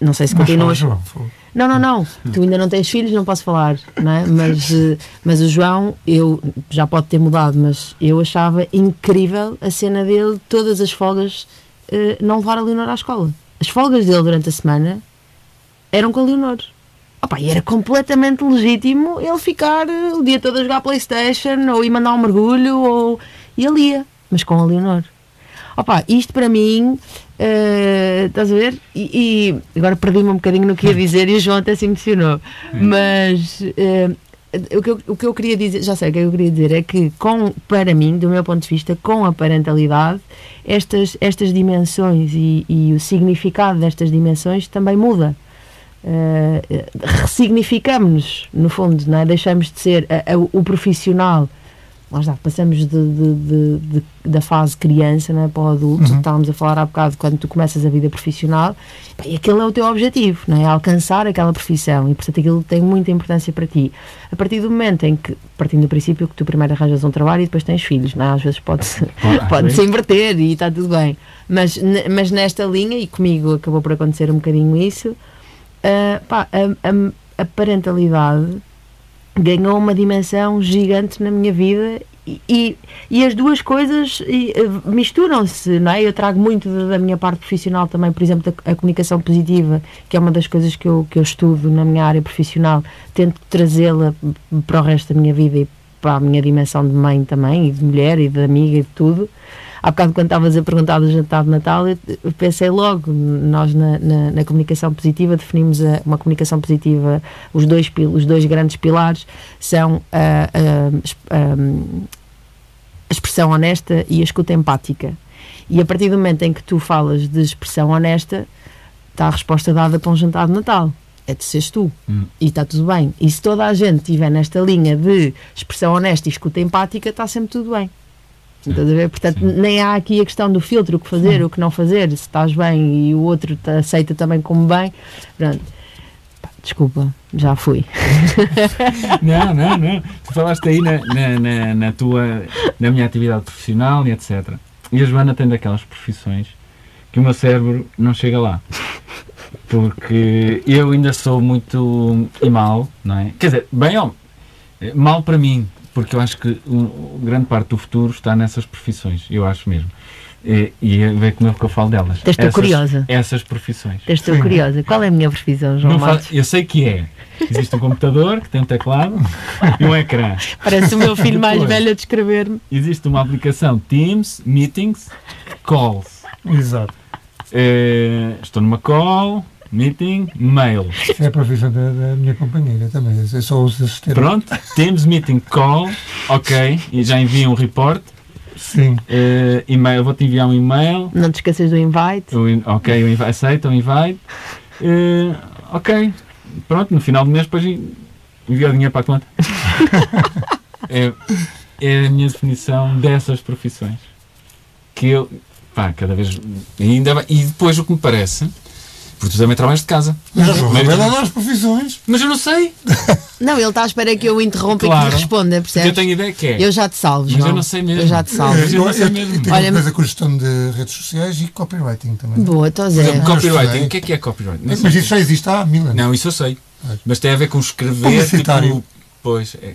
C: não sei se
A: Mas fala,
C: continuas.
A: João, fala.
C: Não, não, não. Tu ainda não tens filhos, não posso falar, não é? Mas, eh, mas o João, eu já pode ter mudado, mas eu achava incrível a cena dele, todas as folgas, eh, não levar a Leonor à escola. As folgas dele durante a semana eram com a Leonor. Opa, e era completamente legítimo ele ficar eh, o dia todo a jogar Playstation ou ir mandar um mergulho ou... e ele ia, mas com a Leonor. Opa, isto para mim, eh, estás a ver? E, e agora perdi-me um bocadinho no que ia dizer e o João até se emocionou. Mas eh, o, que eu, o que eu queria dizer, já sei o que eu queria dizer, é que com, para mim, do meu ponto de vista, com a parentalidade, estas, estas dimensões e, e o significado destas dimensões também muda. Eh, eh, ressignificamos-nos, no fundo, não é? deixamos de ser a- a- o profissional. Lá está, passamos de- de- de- de- da fase criança não é? para o adulto, estávamos a falar há bocado quando tu começas a vida profissional, pá, e aquele é o teu objetivo, não é? alcançar aquela profissão e portanto aquilo tem muita importância para ti. A partir do momento em que, partindo do princípio que tu primeiro arranjas um trabalho e depois tens filhos, não é? às vezes pode-se
B: Claro.
C: pode se inverter e está tudo bem. Mas, ne- mas nesta linha, e comigo acabou por acontecer um bocadinho isso, ah, pá, a, a- a parentalidade ganhou uma dimensão gigante na minha vida e, e, e as duas coisas e, eh, misturam-se, não é? Eu trago muito da, da minha parte profissional também, por exemplo, da- a, comunicação positiva, que é uma das coisas que eu, que eu estudo na minha área profissional, tento trazê-la para o resto da minha vida e para a minha dimensão de mãe também, e de mulher, e de amiga, e de tudo. Há bocado, quando estavas a perguntar do jantar de Natal, eu eu pensei logo, nós na, na- na comunicação positiva definimos a- uma comunicação positiva, os dois, pil- os dois grandes pilares são a, a es- a- a expressão honesta e a escuta empática. E a partir do momento em que tu falas de expressão honesta, está a resposta dada para um jantar de Natal. É de seres tu. E está tudo bem. E se toda a gente estiver nesta linha de expressão honesta e escuta empática, está sempre tudo bem. Estás a ver? Portanto, nem há aqui a questão do filtro, o que fazer, o que não fazer, se estás bem e o outro te aceita também como bem. Pronto. Pá, Desculpa, já fui.
B: Não, não, não. Tu falaste aí na, na, na, na tua, na minha atividade profissional e etc. E a Joana tem daquelas profissões que o meu cérebro não chega lá. Porque eu ainda sou muito e mal, não é? Quer dizer, bem ou eh, mal para mim, porque eu acho que um- grande parte do futuro está nessas profissões, eu acho mesmo. E, e vê como é que eu falo delas.
C: Até estou
B: Essas-
C: curiosa.
B: Essas profissões.
C: Estou
A: Sim.
C: curiosa. Qual é a minha profissão, João
B: Não fa-
C: Marcos?
B: eu sei que é. Existe um computador que tem um teclado e um ecrã.
C: Parece o meu filho mais
B: Depois.
C: velho a descrever-me.
B: Existe uma aplicação Teams, Meetings, Calls.
A: Exato.
B: Eh, estou numa call, meeting, mail.
A: Isso é a profissão da, da minha companheira também. Eu só uso esse termo.
B: Pronto, Teams, meeting, call, ok, e já envia um report.
A: Sim.
B: Eh, e-mail, vou-te enviar um e-mail.
C: Não te esqueças do invite.
E: Então,
B: O in- ok, eu invi- aceito, eu invite. Eh, ok, pronto, no final do mês depois en- envio o dinheiro para a conta. é, é a minha definição dessas profissões. Que eu, pá, cada vez.
E: E, ainda bem- e depois o que me parece, porque tu também trabalhas de casa.
D: Mas o João
E: Mas-
D: revela lá as profissões.
E: Mas eu não sei,
C: Não, ele está à espera que eu o interrompa e
E: Claro.
C: que lhe responda,
E: porque eu
C: percebes?
E: tenho ideia que é.
C: Eu já te salvo,
E: Mas
C: João.
E: eu não sei mesmo.
C: Eu já te salvo.
E: Mas eu não
D: Eu-
E: sei
D: eu
E: mesmo.
D: Tenho
C: Olha-
D: uma coisa com gestão de redes sociais e copywriting também.
C: Boa, estou a
E: Por
C: Zé.
E: exemplo, copywriting.
D: sei.
E: O que é que é copyright? Não,
D: Mas
E: sei.
D: isso já existe há mil anos. Não.
E: Não, isso eu sei.
D: Pois.
E: Mas tem a ver com escrever.
D: Publicitário.
E: Tipo, pois, é.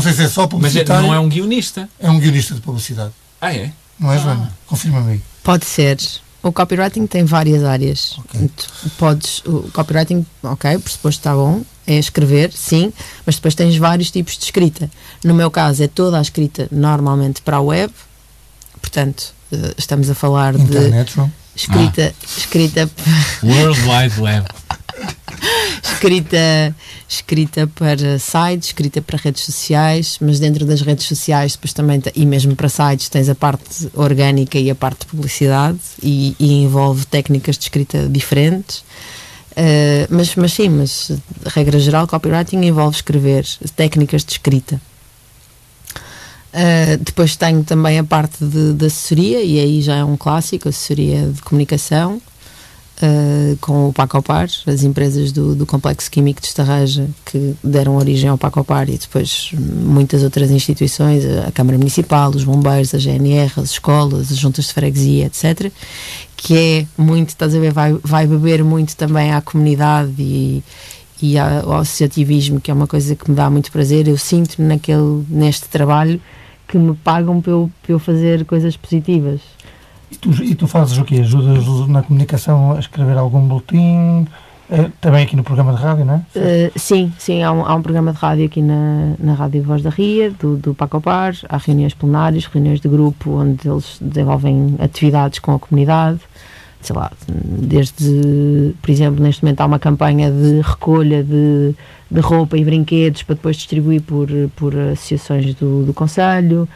D: sei se é só
E: Mas é-
D: publicitário.
E: não é
D: é,
E: um guionista.
D: um... guionista de publicidade.
E: Ah, é?
D: Não é, Joana? Confirma-me aí.
C: Pode ser. O copywriting tem várias áreas.
D: Ok.
C: Tu Podes, o copywriting, ok, por suposto está bom, é escrever, sim, mas depois tens vários tipos de escrita. No meu caso é toda a escrita normalmente para a web, portanto eh, estamos a falar de
D: Internet, Ah. João.
C: escrita, escrita
E: World Wide Web.
C: escrita, escrita para sites, escrita para redes sociais, mas dentro das redes sociais depois também te- e mesmo para sites tens a parte orgânica e a parte de publicidade e, e envolve técnicas de escrita diferentes. Eh, mas, mas sim, mas de regra geral, copywriting envolve escrever técnicas de escrita. Eh, depois tenho também a parte de, de assessoria, e aí já é um clássico, assessoria de comunicação, eh, com o Pacopar, as empresas do, do Complexo Químico de Estarraja, que deram origem ao Pacopar e depois muitas outras instituições, a Câmara Municipal, os bombeiros, a GNR, as escolas, as juntas de freguesia, etc., que é muito, estás a ver, vai, vai beber muito também à comunidade e, e a- ao associativismo, que é uma coisa que me dá muito prazer. Eu sinto naquele, neste trabalho que me pagam para eu, para eu fazer coisas positivas.
A: E tu, e tu fazes o quê? Ajudas na comunicação a escrever algum boletim? Eh, também aqui no programa de rádio, não é?
C: Eh, sim, sim, há um, há um programa de rádio aqui na, na Rádio Voz da Ria, do, do Pacopar, há reuniões plenárias, reuniões de grupo, onde eles desenvolvem atividades com a comunidade, sei lá, desde, por exemplo, neste momento há uma campanha de recolha de, de roupa e brinquedos para depois distribuir por, por associações do, do Conselho,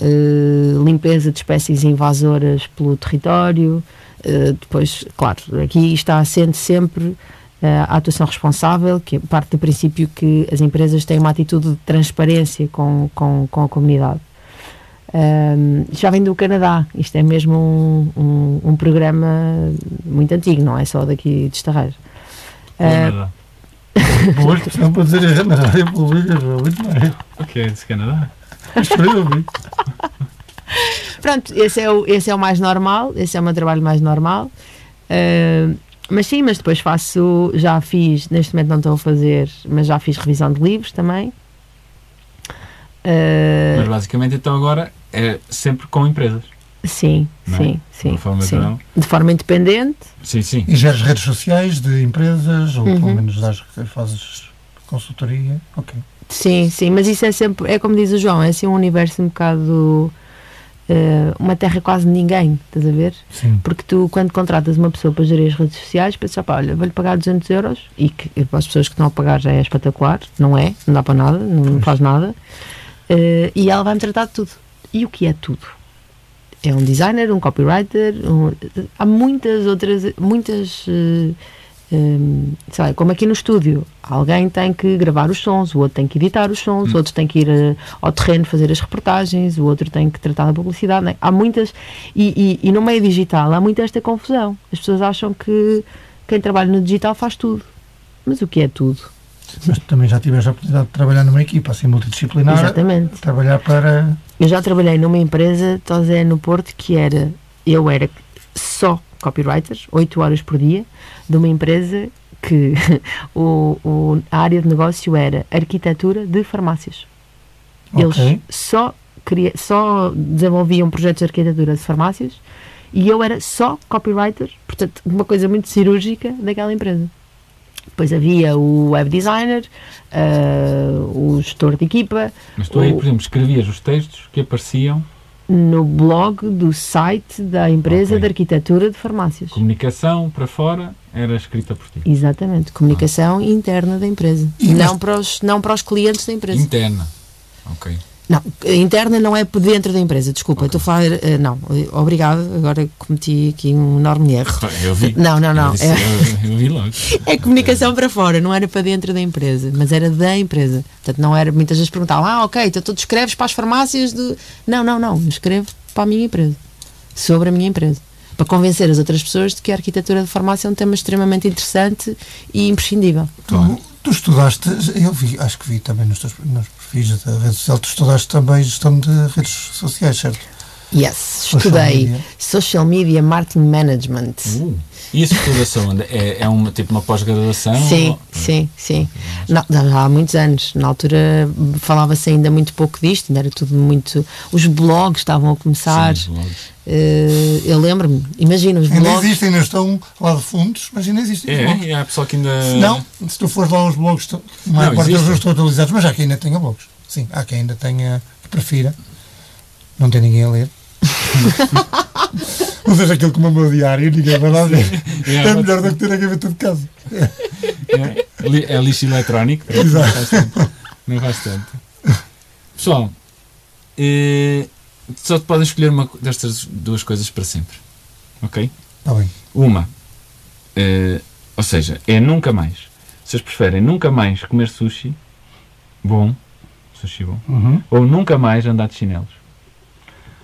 C: eh, limpeza de espécies invasoras pelo território, eh, depois, claro, aqui está assente sempre eh, a atuação responsável, que parte do princípio que as empresas têm uma atitude de transparência com, com, com a comunidade. Ahm, já vem do Canadá, isto é mesmo um, um, um programa muito antigo, não é só daqui de Estarreiro. Ah,
B: Canadá.
A: Boas, não para dizer na rádio pública, João, muito bem. um
B: O que é desse Canadá?
A: Gostei de ouvir.
C: Pronto, esse é, o, esse é o mais normal, esse é o meu trabalho mais normal. Ah, mas sim, mas depois faço, já fiz, neste momento não estou a fazer, mas já fiz revisão de livros também. Ah,
B: Mas basicamente então agora é sempre com empresas.
C: sim,
B: Não é?
C: sim, sim.
B: De uma forma
C: sim.
B: geral.
C: De forma independente,
B: Sim, sim.
D: E geres redes sociais de empresas, ou pelo
C: Uhum.
D: menos das que fazes consultoria. Ok.
C: sim, sim, mas isso é sempre, é como diz o João, é assim um universo um bocado. ah, uma terra quase de ninguém, estás a ver?
A: Sim.
C: Porque tu, quando contratas uma pessoa para gerir as redes sociais, pensas, pá, olha, vou-lhe pagar 200 euros e que e para as pessoas que estão a pagar já é espetacular, não é? Não dá para nada, não faz nada. Eh, e ela vai-me tratar de tudo. E o que é tudo? É um designer, um copywriter, um- há muitas outras, muitas. eh, hum, sei lá, como aqui no estúdio, alguém tem que gravar os sons, o outro tem que editar os sons, o outro tem que ir eh, ao terreno fazer as reportagens, o outro tem que tratar da publicidade. não é? Há muitas, e, e- e no meio digital há muita esta confusão. As pessoas acham que quem trabalha no digital faz tudo. Mas o que é tudo?
A: Mas tu também já tiveste a oportunidade de trabalhar numa equipa assim multidisciplinar.
C: Exatamente.
A: Trabalhar para.
C: Eu já trabalhei numa empresa, estás a ver, no Porto, que era, eu era só copywriter, 8 horas por dia, de uma empresa que o, o- a área de negócio era arquitetura de farmácias. Eles
A: Ok.
C: só, cria, só desenvolviam projetos de arquitetura de farmácias e eu era só copywriter, portanto, uma coisa muito cirúrgica daquela empresa. Depois havia o web designer, ah, o gestor de equipa,
B: Mas tu aí,
C: O-
B: por exemplo, escrevias os textos que apareciam,
C: no blog do site da empresa
B: Ok.
C: de arquitetura de farmácias.
B: comunicação para fora, era escrita por ti.
C: Exatamente, comunicação interna da empresa, não para, os, não para os clientes da empresa.
E: Interna. Ok.
C: Não, interna não é por dentro da empresa, desculpa, estou a falar. eh, não, eh, obrigado, agora cometi aqui um enorme erro.
E: Pá, Eu vi.
C: Não, não, não.
E: Eu, disse-
C: É,
E: eu- eu vi logo.
C: é comunicação para fora, não era para dentro da empresa, mas era da empresa. Portanto, não era. Muitas vezes perguntavam, ah, ok, então tu escreves para as farmácias de. Não, não, não, eu escrevo para a minha empresa, sobre a minha empresa. Para convencer as outras pessoas de que a arquitetura de farmácia é um tema extremamente interessante e imprescindível.
E: Claro.
D: Tu, tu estudaste, eu vi, acho que vi também nos teus nos perfis da rede social, tu estudaste também gestão de redes sociais, certo?
C: Yes,
D: Social
C: estudei
D: media. Ah.
C: Social Media Marketing Management.
E: Uh, e isso tudo é só onde? É, é uma, tipo uma pós-graduação?
C: Sim,
E: Ou-
C: sim, sim. Não, já há muitos anos. Na altura hum, falava-se ainda muito pouco disto, ainda era tudo muito. Os blogs estavam a começar.
E: Sim, logo.
C: Eh, eu lembro-me, imagina os
D: Ainda
C: blogs.
D: existem, ainda estão lá de fundos, mas ainda existem. os blogs.
E: É, é, há pessoal que ainda.
D: Não, se tu fores lá aos blogs, tu- a maior
E: Não,
D: parte deles
E: existem.
D: não estão atualizados, mas há quem ainda tenha blogs. Sim, há quem ainda tenha, que prefira. Não tem ninguém a ler. Não vejo aquilo como o meu diário, ninguém vai lá ver.
E: Yeah,
D: É
E: pode
D: melhor do que ter a gaveta de casa.
E: É, li- é lixo eletrónico. pronto, Não faz tanto. Não faz tanto. Pessoal, eh, só te podem escolher uma co-
A: Tá
E: destas duas coisas para sempre. Ok?
D: Está bem.
E: Uma, eh,
B: Ou seja, é nunca mais. Vocês preferem nunca mais comer sushi bom, sushi bom,
A: Uhum.
B: ou nunca mais andar de chinelos?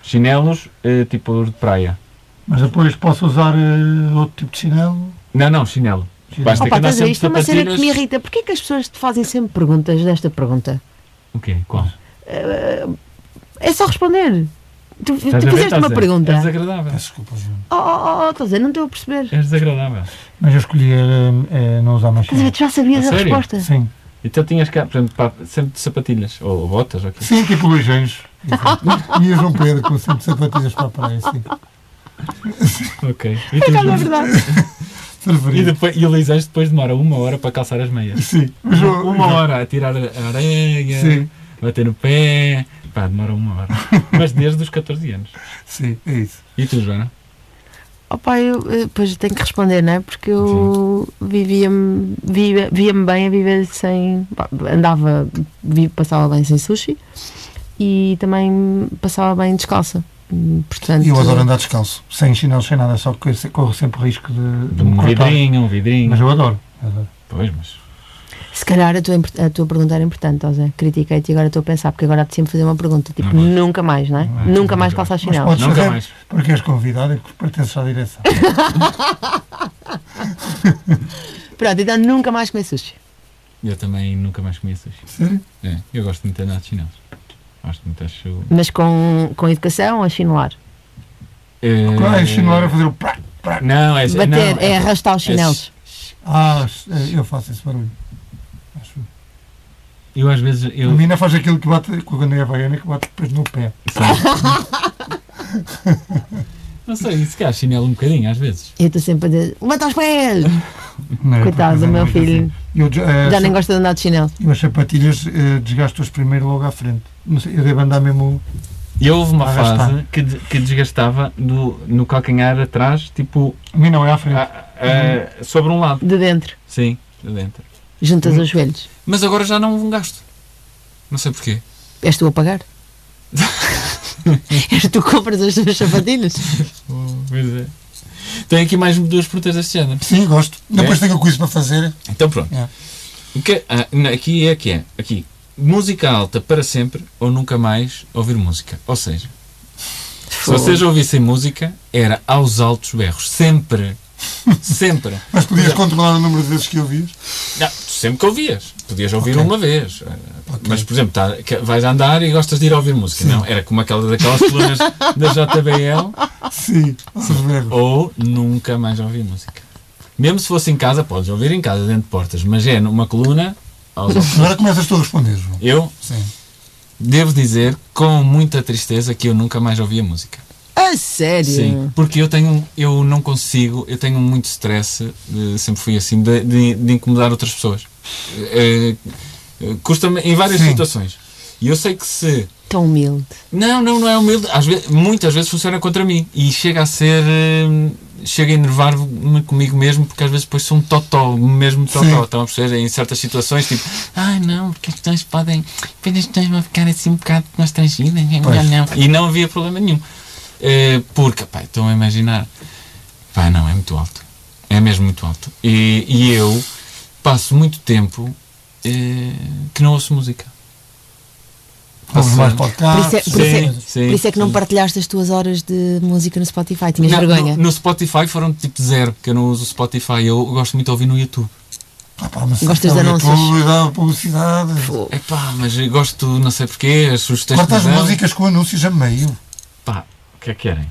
B: Chinelos eh, tipo de praia.
A: Mas depois posso usar eh, outro tipo de chinelo?
B: Não, não, chinelo. Basta que
C: Opa,
B: andar
C: estás a
B: sempre de
C: ver? Isto é uma cena que
B: sapatilhas.
C: me irrita. Porquê que as pessoas te fazem sempre perguntas desta pergunta?
B: O quê? Qual?
C: É só responder. Tu, tu
B: Estás a ver,
C: fizeste
B: estás a
C: uma
B: ver?
C: pergunta.
B: É desagradável.
D: Peço desculpa, João.
C: Oh, oh, oh, estás a dizer, não estou a perceber.
B: É desagradável.
A: Mas eu escolhi eh, eh, não usar mais
C: Estás a ver,
A: chinelo.
C: tu já sabias
B: A
C: a
B: sério?
C: resposta.
A: Sim.
B: Então tinhas cá, por exemplo, pá, sempre de sapatilhas, ou, ou botas, ou o quê?
A: Sim, tipo Luís Anjos.
D: E a
A: um
D: João Pedro, com sempre sapatilhas para a praia, sim.
B: Ok. E,
C: Por
B: tens-
C: acaso é verdade.
B: e,
D: Ferverido.
B: depois, e o Lisés depois demora uma hora para calçar as meias.
D: Sim. O João-
B: Uma hora a tirar a areia,
D: Sim,
B: bater no pé. Pá, demora uma hora. Mas desde os 14 anos.
D: sim, é isso.
B: E tu, Joana?
C: Opa, eu eh, pois tenho que responder, não é? Porque eu vivia-me vivia, via-me bem a viver sem. pá, Andava, vi- passava bem sem sushi e também passava bem descalça. Hum, Portanto,
D: E eu adoro andar descalço.
A: Sem chinelos, sem nada, só que eu se- corro sempre o risco de, de me
B: Um
A: cortar.
B: vidrinho, um vidrinho.
A: Mas eu adoro. adoro.
B: Pois, mas.
C: se calhar a tua, impor- a tua pergunta era importante, José. Critiquei-te e agora estou a pensar, porque agora há de sempre fazer uma pergunta, tipo,
B: Não, mas-
C: nunca mais, não é?
B: Não,
C: nunca mais
B: nunca
C: calçar
A: Mas
C: chinelo.
A: podes
B: Nunca
A: fazer
B: mais.
A: porque és convidado e porque pertences à direção.
C: Pronto, então nunca mais comer sushi.
B: Eu também nunca mais comia sushi.
D: Sério?
B: É, eu gosto muito de andar de chinelos. Gosto muito, acho.
C: Mas com, com educação, a chinelar.
B: Eh,
A: Claro, é chinelar a fazer o prac, prac.
B: Não, é.
C: Bater,
B: não,
C: é arrastar os chinelos.
D: Ah,
A: eh,
D: eu faço esse barulho. Acho.
B: Eu às vezes.
A: A
B: Eu,
A: mina faz aquilo que bate quando é havaiana, que bate depois no pé.
B: não sei, se calhar chinelo um bocadinho, às vezes.
C: Eu estou sempre a dizer, levanta os pés!
A: Não é?
C: Coitado,
A: Porque
C: o
A: é
C: meu
A: muito assim.
C: filho
A: Eu, eh,
C: já nem gosta de andar de chinelo.
A: eu as sapatilhas eh, desgasto-as primeiro logo à frente. Não sei, eu devo andar mesmo.
B: E houve uma
A: Ah, já
B: fase que, de- que desgastava no, no calcanhar atrás, tipo,
A: A mim não é à frente.
B: a-
E: Uhum.
B: a- sobre um lado.
C: De dentro,
B: Sim, de dentro.
C: juntas aos joelhos.
E: Mas agora já não um gasto. Não sei porquê.
C: És tu a pagar? És tu que compras as tuas sapatilhas?
B: Pois é.
E: Tenho aqui mais duas perguntas deste género.
D: Sim, gosto.
A: É?
D: Depois tenho o quiz para fazer.
E: Então pronto.
D: É.
E: O que, ah, não, aqui é que é. Aqui. Música alta para sempre ou nunca mais ouvir música. Ou seja, se vocês ouvissem música, era aos altos berros. Sempre. Sempre.
D: Mas podias
A: é.
D: controlar o número de vezes que eu ouvias?
E: Não, sempre que ouvias. Podias ouvir
D: Ok.
E: uma vez. Ah, Mas, por exemplo, tá- que- vais a andar e gostas de ir ouvir música. Não, era como aquela daquelas colunas da JBL
D: Sim.
A: Ah.
D: Sim.
E: ou nunca mais ouvir música. Mesmo se fosse em casa, podes ouvir em casa, dentro de portas, mas é numa coluna aos
A: Oh.
E: altos.
D: Agora começas tu a responder, João.
E: Eu
D: Sim.
E: devo dizer com muita tristeza que eu nunca mais ouvia música.
C: A sério?
E: Sim, porque eu tenho, eu não consigo, eu tenho muito stress, eh, sempre fui assim, de, de- de incomodar outras pessoas. Eh, eh, Custa-me em várias
D: Sim.
E: situações. E eu sei que se.
C: Tão humilde.
E: Não, não, não é humilde. Às vezes, muitas vezes funciona contra mim. E chega a ser. eh, Chega a enervar-me comigo mesmo, porque às vezes depois sou um totó, mesmo totó.
D: Sim.
E: Estão a perceber? Em certas situações, tipo, ai não, porque as pessoas podem. Depois as pessoas vão ficar assim um bocado constrangidas.
D: Pois.
E: Não, não. E não havia problema nenhum. Eh, porque, pá, estão a imaginar. Pá, não, é muito alto. É mesmo muito alto. E, e eu passo muito tempo eh, que não ouço música.
A: Ah,
D: Ouves mais
C: Por isso é-
D: podcasts.
C: por isso é-
E: Sim, sim,
C: Por isso é que não
E: sim.
C: partilhaste as tuas horas de música no Spotify, tinhas
E: Não,
C: vergonha.
E: No, no Spotify foram tipo zero, porque eu não uso o Spotify, eu gosto muito de ouvir no YouTube.
D: Ah, pá, mas
C: é- Gostas de
D: está ali a
C: anúncios?
D: publicidade, é publicidade.
C: Fogo.
E: Epá, mas eu gosto, não sei porquê, as sugestões
D: Cortas
E: me dão.
D: músicas com anúncios a meio.
E: Pá, o que é que querem?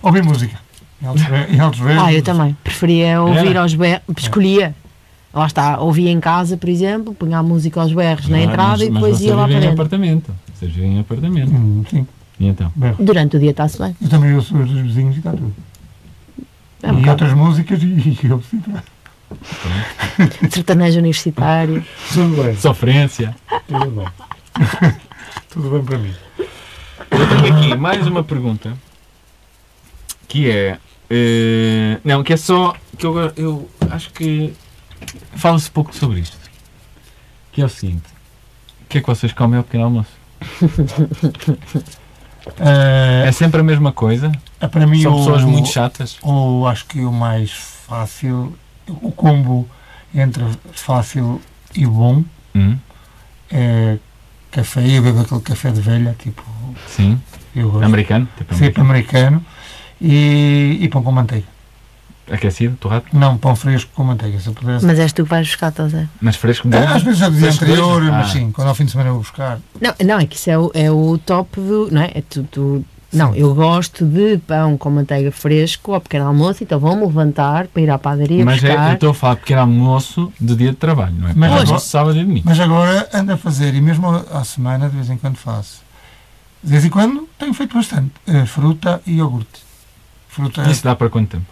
A: Ouvi música. Em altos ver- Em altos verdes.
C: Ah, eu também.
B: É.
C: Preferia ouvir
E: Era?
C: aos berros. Escolhia. Lá está, ouvia em casa, por exemplo, punha a música aos berros
B: é
C: na entrada e depois ia lá para
B: em
C: dentro.
B: apartamento. Vocês vivem em apartamento.
A: Hum, Sim,
B: E então?
A: berro.
C: Durante o dia está-se bem.
A: Eu também ouço os dos vizinhos e está tudo.
C: É um
A: e
C: bocado.
A: outras músicas e, e eu sinto.
C: Sertanejo universitário.
A: Tudo bem,
B: Sofrência.
A: tudo bem. tudo bem para mim.
B: Eu tenho aqui mais uma pergunta que é. eh, não, que é só. que eu, eu acho que fala-se pouco sobre isto. Que é o seguinte: o que é que vocês comem ao pequeno almoço?
A: Eh, é
B: É sempre a mesma coisa?
A: para mim
E: São
A: o-
E: pessoas muito chatas.
A: Ou acho que o mais fácil o combo entre fácil e bom
B: Hum,
A: é café. Eu bebo aquele café de velha, tipo,
B: sim.
A: eu gosto.
B: Americano? Tipo
A: Sempre americano. E, e pão com manteiga.
B: Aquecido, torrado?
A: Não, pão fresco com manteiga, se eu pudesse.
C: Mas és tu que vais buscar, estás a ver?
B: Mas fresco? bom?
A: Ah, às vezes já do dia
B: Fresco mesmo?
A: anterior, mas
B: Ah.
A: sim, quando ao fim de semana eu vou buscar.
C: Não, não, é que isso é o, é o top do. Não, é? É tu, tu- não, eu gosto de pão com manteiga fresco ao pequeno almoço, então vou-me levantar para ir à padaria
B: Mas é, eu
C: buscar.
B: estou a falar pequeno almoço de dia de trabalho, não é?
A: Mas
B: Mas
A: agora-
B: almoço sábado e domingo.
A: Mas agora ando a fazer, e mesmo à à semana, de vez em quando faço. De vez em quando tenho feito bastante. eh, Fruta e iogurte. Fruta.
B: Isso dá para quanto tempo?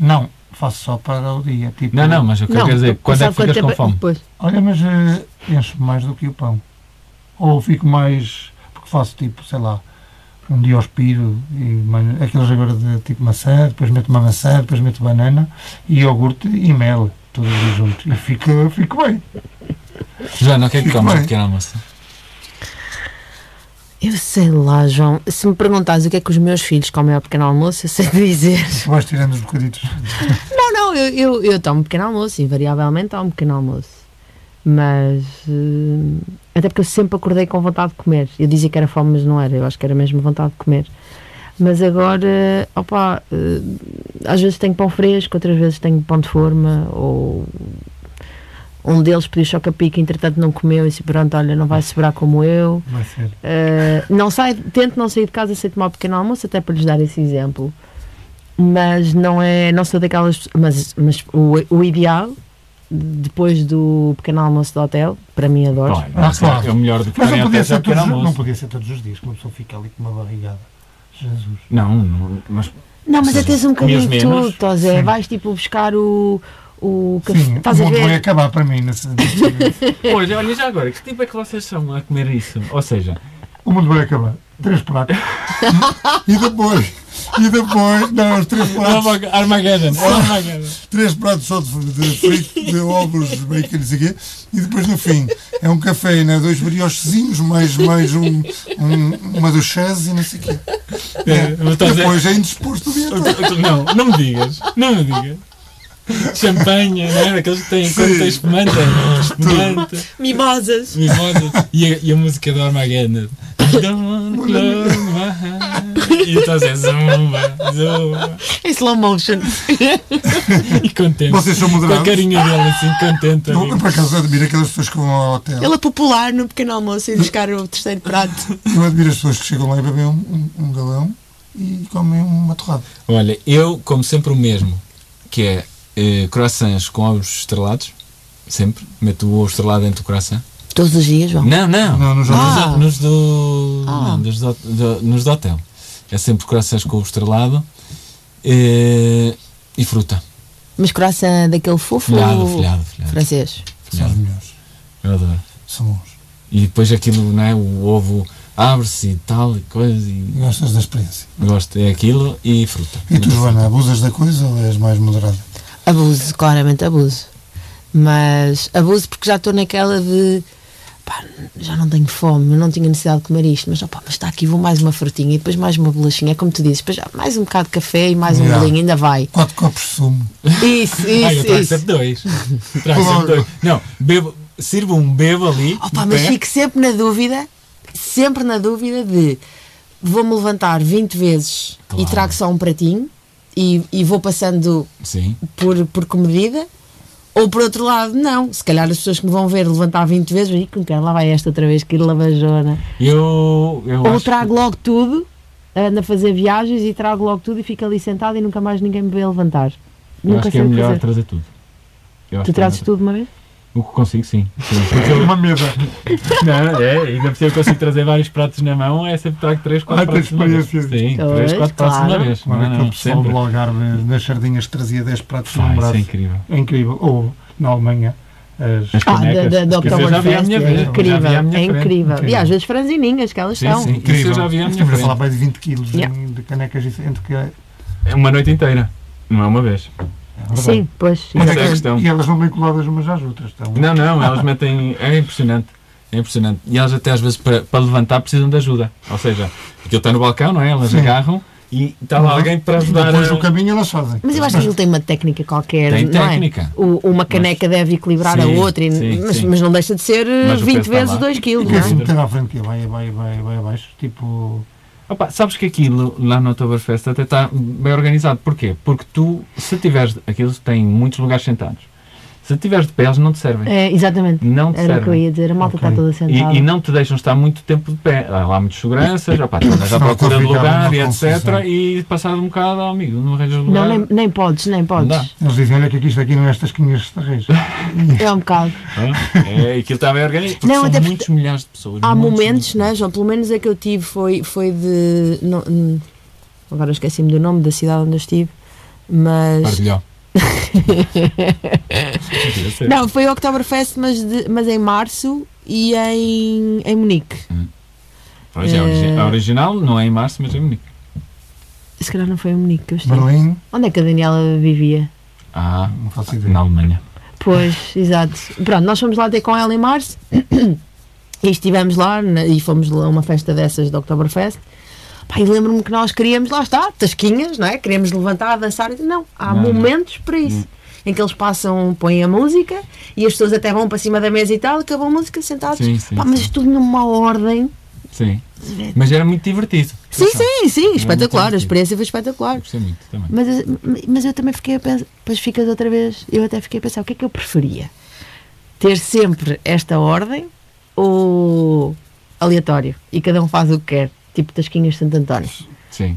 A: Não, faço só para o dia. Tipo,
B: Não, não, mas o que eu quero dizer, quando é que
C: sabe
B: ficas
C: tempo
B: com fome?
C: Depois.
A: Olha, mas eh, encho mais do que o pão. Ou fico mais. Porque faço tipo, sei lá, um dia hospiro e man- aqueles agora de tipo maçã, depois meto uma maçã, depois meto banana e iogurte e mel, tudo ali junto. E fico, fico bem.
B: Joana, o que é que
A: Fico
B: comes de
A: bem.
B: pequeno almoço?
C: Eu sei lá, João. Se me perguntares o que é que os meus filhos comem ao pequeno almoço, eu sei dizer.
A: Tu vais tirando os bocaditos.
C: Não, não, eu, eu, eu tomo um pequeno almoço, invariavelmente tomo um pequeno almoço. Mas. hum, até porque eu sempre acordei com vontade de comer. Eu dizia que era fome, mas não era. Eu acho que era mesmo vontade de comer. Mas agora, opa, hum, às vezes tenho pão fresco, outras vezes tenho pão de forma, ou. Um deles pediu choca-pica, entretanto não comeu e disse: Pronto, olha, não vai sobrar como eu.
A: Vai ser.
C: Uh, não saio, tento não sair de casa sem tomar um pequeno almoço, até para lhes dar esse exemplo. Mas não é, não sou daquelas, mas, mas o, o ideal depois do pequeno almoço do hotel, para mim adoro.
B: Olha, mas é-
A: claro.
B: É o melhor do que
A: Mas
B: comer
A: não
B: até
A: podia,
B: já
A: ser
B: pequeno
A: todos, não
B: almoço.
A: podia ser todos os dias que uma pessoa fica ali com uma barrigada. Jesus.
B: Não, não, mas
C: Não, mas
B: Ou
C: até
B: seja,
C: um bocadinho de
B: comias
C: tudo,
B: menos,
C: estás a ver?
A: sim.
C: Vais tipo buscar o, o café,
A: Sim,
C: estás
A: o
C: a
A: mundo vai
C: ver?
A: acabar para mim. nesse-
B: Pois, olha já agora, que tipo é que vocês são a comer isso? Ou seja,
A: o mundo vai acabar. Três pratos.
F: E depois, e depois, não, os três pratos,
B: Armageddon, Armageddon.
F: três pratos só de, de frito, de ovos bacon, não sei o quê, e depois no fim é um café, né, dois briochezinhos, mais, mais um, um- uma duchese e não sei o quê.
B: Tá
F: Depois é indisposto o dia todo.
B: Não, não me digas, não me digas. Champanha, não é? Aqueles que têm quando têm espumante, espumante,
C: Mimosas.
B: mimosas. E a, e a música do Armageddon. Don't close my eyes. E então é zumba, zumba.
C: Em slow motion.
B: E contente.
F: Vocês são
B: Com a
F: moderados.
B: carinha dele assim, contente.
F: Eu,
B: ali.
F: eu, por acaso, admiro aquelas pessoas que vão ao hotel.
C: Ele é popular no pequeno almoço e buscar o terceiro prato.
F: Eu admiro as pessoas que chegam lá e bebem um, um- um galão e comem uma torrada.
B: Olha, eu como sempre o mesmo, que é eh, croissants com ovos estrelados, sempre, meto o ovo estrelado dentro do croissant.
C: Todos os dias, João.
B: Não, não,
F: Não, nos outros.
C: Ah.
B: nos do,
C: Ah.
B: não, dos do, do- nos do hotel. É sempre croissants com ovo estrelado eh, e fruta,
C: Mas coração daquele fofo
B: folhado, folhado, folhado,
C: francês.
F: São os
B: folhado.
F: melhores.
B: Eu adoro.
F: São bons.
B: E depois aquilo, não é, o ovo abre-se e tal e coisa
F: E
B: e
F: gostas da experiência.
B: gosto, é aquilo e fruta.
F: E tu, Joana, abusas da coisa ou és mais moderada?
C: Abuso, claramente abuso. Mas abuso porque já estou naquela de pá, já não tenho fome, eu não tinha necessidade de comer isto, mas opá, mas está aqui, vou mais uma frutinha e depois mais uma bolachinha, é como tu dizes, depois já mais um bocado de café e mais um
F: Yeah.
C: bolinho, ainda vai.
F: Quatro copos de sumo.
C: Isso,
B: Ah, eu
C: isso,
B: trago
C: isso.
B: sempre dois. Trago
F: Claro.
B: sempre dois. Não, bebo, sirvo um bebo ali.
C: Opa,
B: de
C: mas
B: pé.
C: fico sempre na dúvida, sempre na dúvida de vou-me levantar 20 vezes e
B: Claro.
C: trago só um pratinho e, e vou passando
B: Sim.
C: por, por comedida, ou por outro lado, não. Se calhar as pessoas que me vão ver levantar 20 vezes, e com quem lá vai esta outra vez, que ir lavajona.
B: Eu, eu
C: Ou
B: acho
C: trago logo tudo, ando a fazer viagens e trago logo tudo e fico ali sentado e nunca mais ninguém me vê levantar.
B: que, eu
C: nunca
B: acho que
C: sei
B: é
C: o que
B: melhor
C: fazer.
B: trazer tudo. Eu acho
C: Tu
B: que é
C: trazes
B: melhor
C: tudo de uma vez?
B: tra- O que consigo, sim. sim.
A: Uma mesa.
B: é não, é, ainda por cima eu consigo trazer vários pratos na mão, é sempre trago 3, 4
A: Ah, tens
B: pratos de uma vez. Sim,
A: experiência.
B: 3,
C: Pois,
B: 4 pratos de uma
C: claro.
B: vez.
A: Como
B: Não,
A: é que o
B: não,
A: pessoal
B: sempre.
A: do Algarve nas sardinhas trazia 10 pratos
B: Pá,
A: num
B: isso
A: braço?
B: é incrível.
A: É incrível. Ou na Alemanha. as-
B: As
C: Ah, da,
B: canecas,
C: da, da
B: isso eu já
C: Oktoberfest,
B: vi à minha vez.
C: é
B: eu já vi à
C: incrível,
B: minha
C: é
B: frente.
C: incrível. E
A: incrível.
C: às vezes franzininhas, que elas
B: Sim,
C: são.
B: sim. Isso eu já vi à minha
A: Estamos a falar
B: frente.
A: para aí de 20 quilos de-
C: Yeah.
A: de canecas diferentes. Que é
B: É uma noite inteira, não é uma vez.
A: verdade.
C: Sim, pois.
B: Mas é
A: Canecas-
B: a questão.
A: E elas não bem coladas umas às outras. Estão.
B: Não, não, elas metem. É impressionante. É impressionante. E elas até às vezes para, para levantar precisam de ajuda. Ou seja, aquilo está no balcão, não é? Elas
A: Sim. Uhum.
B: agarram e
E: e está lá alguém para ajudar.
A: Depois
E: a-
A: do caminho elas fazem.
C: Mas eu acho que ele tem uma técnica qualquer.
E: Tem
C: não é?
E: técnica.
C: O- uma caneca deve equilibrar a
E: Sim,
C: outra, e-
E: sim,
C: mas,
E: sim.
C: mas não deixa de ser eh,
E: Mas o
C: 20
E: peso está
C: vezes
E: lá.
C: 2
A: E
C: quilos.
A: quer
C: não é?
A: se meter à frente que vai, vai, vai, vai abaixo. Tipo.
B: Opa, sabes que aquilo lá no Oktoberfest até está bem organizado. Porquê? Porque tu, se tiveres. Aquilo tem muitos lugares sentados. Se tiveres de pé, eles não te servem.
C: É, exatamente.
B: Não te
C: Era o que eu
B: servem.
C: ia dizer. A malta está
A: Ok.
C: toda
B: E,
C: sentada.
B: e não te deixam estar muito tempo de pé. Há lá muitos seguranças, opa, tu andas à
D: Senão
B: procura de
D: estou a ficar
B: lugar e
D: numa confusão.
B: etc. E passado um bocado, ó, amigo, não arranjas lugar.
C: Não, nem, nem podes, nem
B: dá.
C: podes.
A: Eles dizem, olha que aqui isto aqui não é estas quinhas de reis.
C: É um bocado.
B: É, aquilo está bem organizado. Porque
C: Não,
B: são
C: até porque
B: muitos milhares de pessoas.
C: Há
B: muitos
C: momentos, não é, João? Pelo menos a que eu tive foi, foi de. não- hum, agora esqueci-me do nome da cidade onde eu estive, mas.
E: Pardilhó.
C: Não, foi o Oktoberfest, mas, de- mas em março e em, em Munique.
B: Pois é, a
C: eh,
B: origi- a original não é em março, mas é em Munique.
C: Se calhar não foi em Munique que eu estive.
A: Berlim,
C: Onde é que a Daniela vivia?
B: Ah,
A: não faço
B: na
A: ideia.
B: Alemanha.
C: Pois, exato. Pronto, nós fomos lá ter com ela em março e estivemos lá na- e fomos lá a uma festa dessas do Oktoberfest. Pá, e lembro-me que nós queríamos, lá está, tasquinhas, não é? Queremos levantar, dançar. e- Não, há
B: Não, Hum. não.
C: momentos para isso. Em que eles passam, põem a música e as pessoas até vão para cima da mesa e tal, acabam a música sentados.
B: Sim, sim,
C: Pá, mas
B: sim.
C: tudo numa ordem.
B: Sim. Mas era muito divertido.
C: Sim, sim, sim,
E: muito
C: espetacular. A
E: divertido.
C: experiência foi espetacular.
E: Gostei muito também.
C: Mas, mas eu também fiquei a pensar, depois ficas outra vez, eu até fiquei a pensar, o que é que eu preferia? Ter sempre esta ordem ou aleatório? E cada um faz o que quer, tipo Tasquinhas de Santo António.
B: Sim.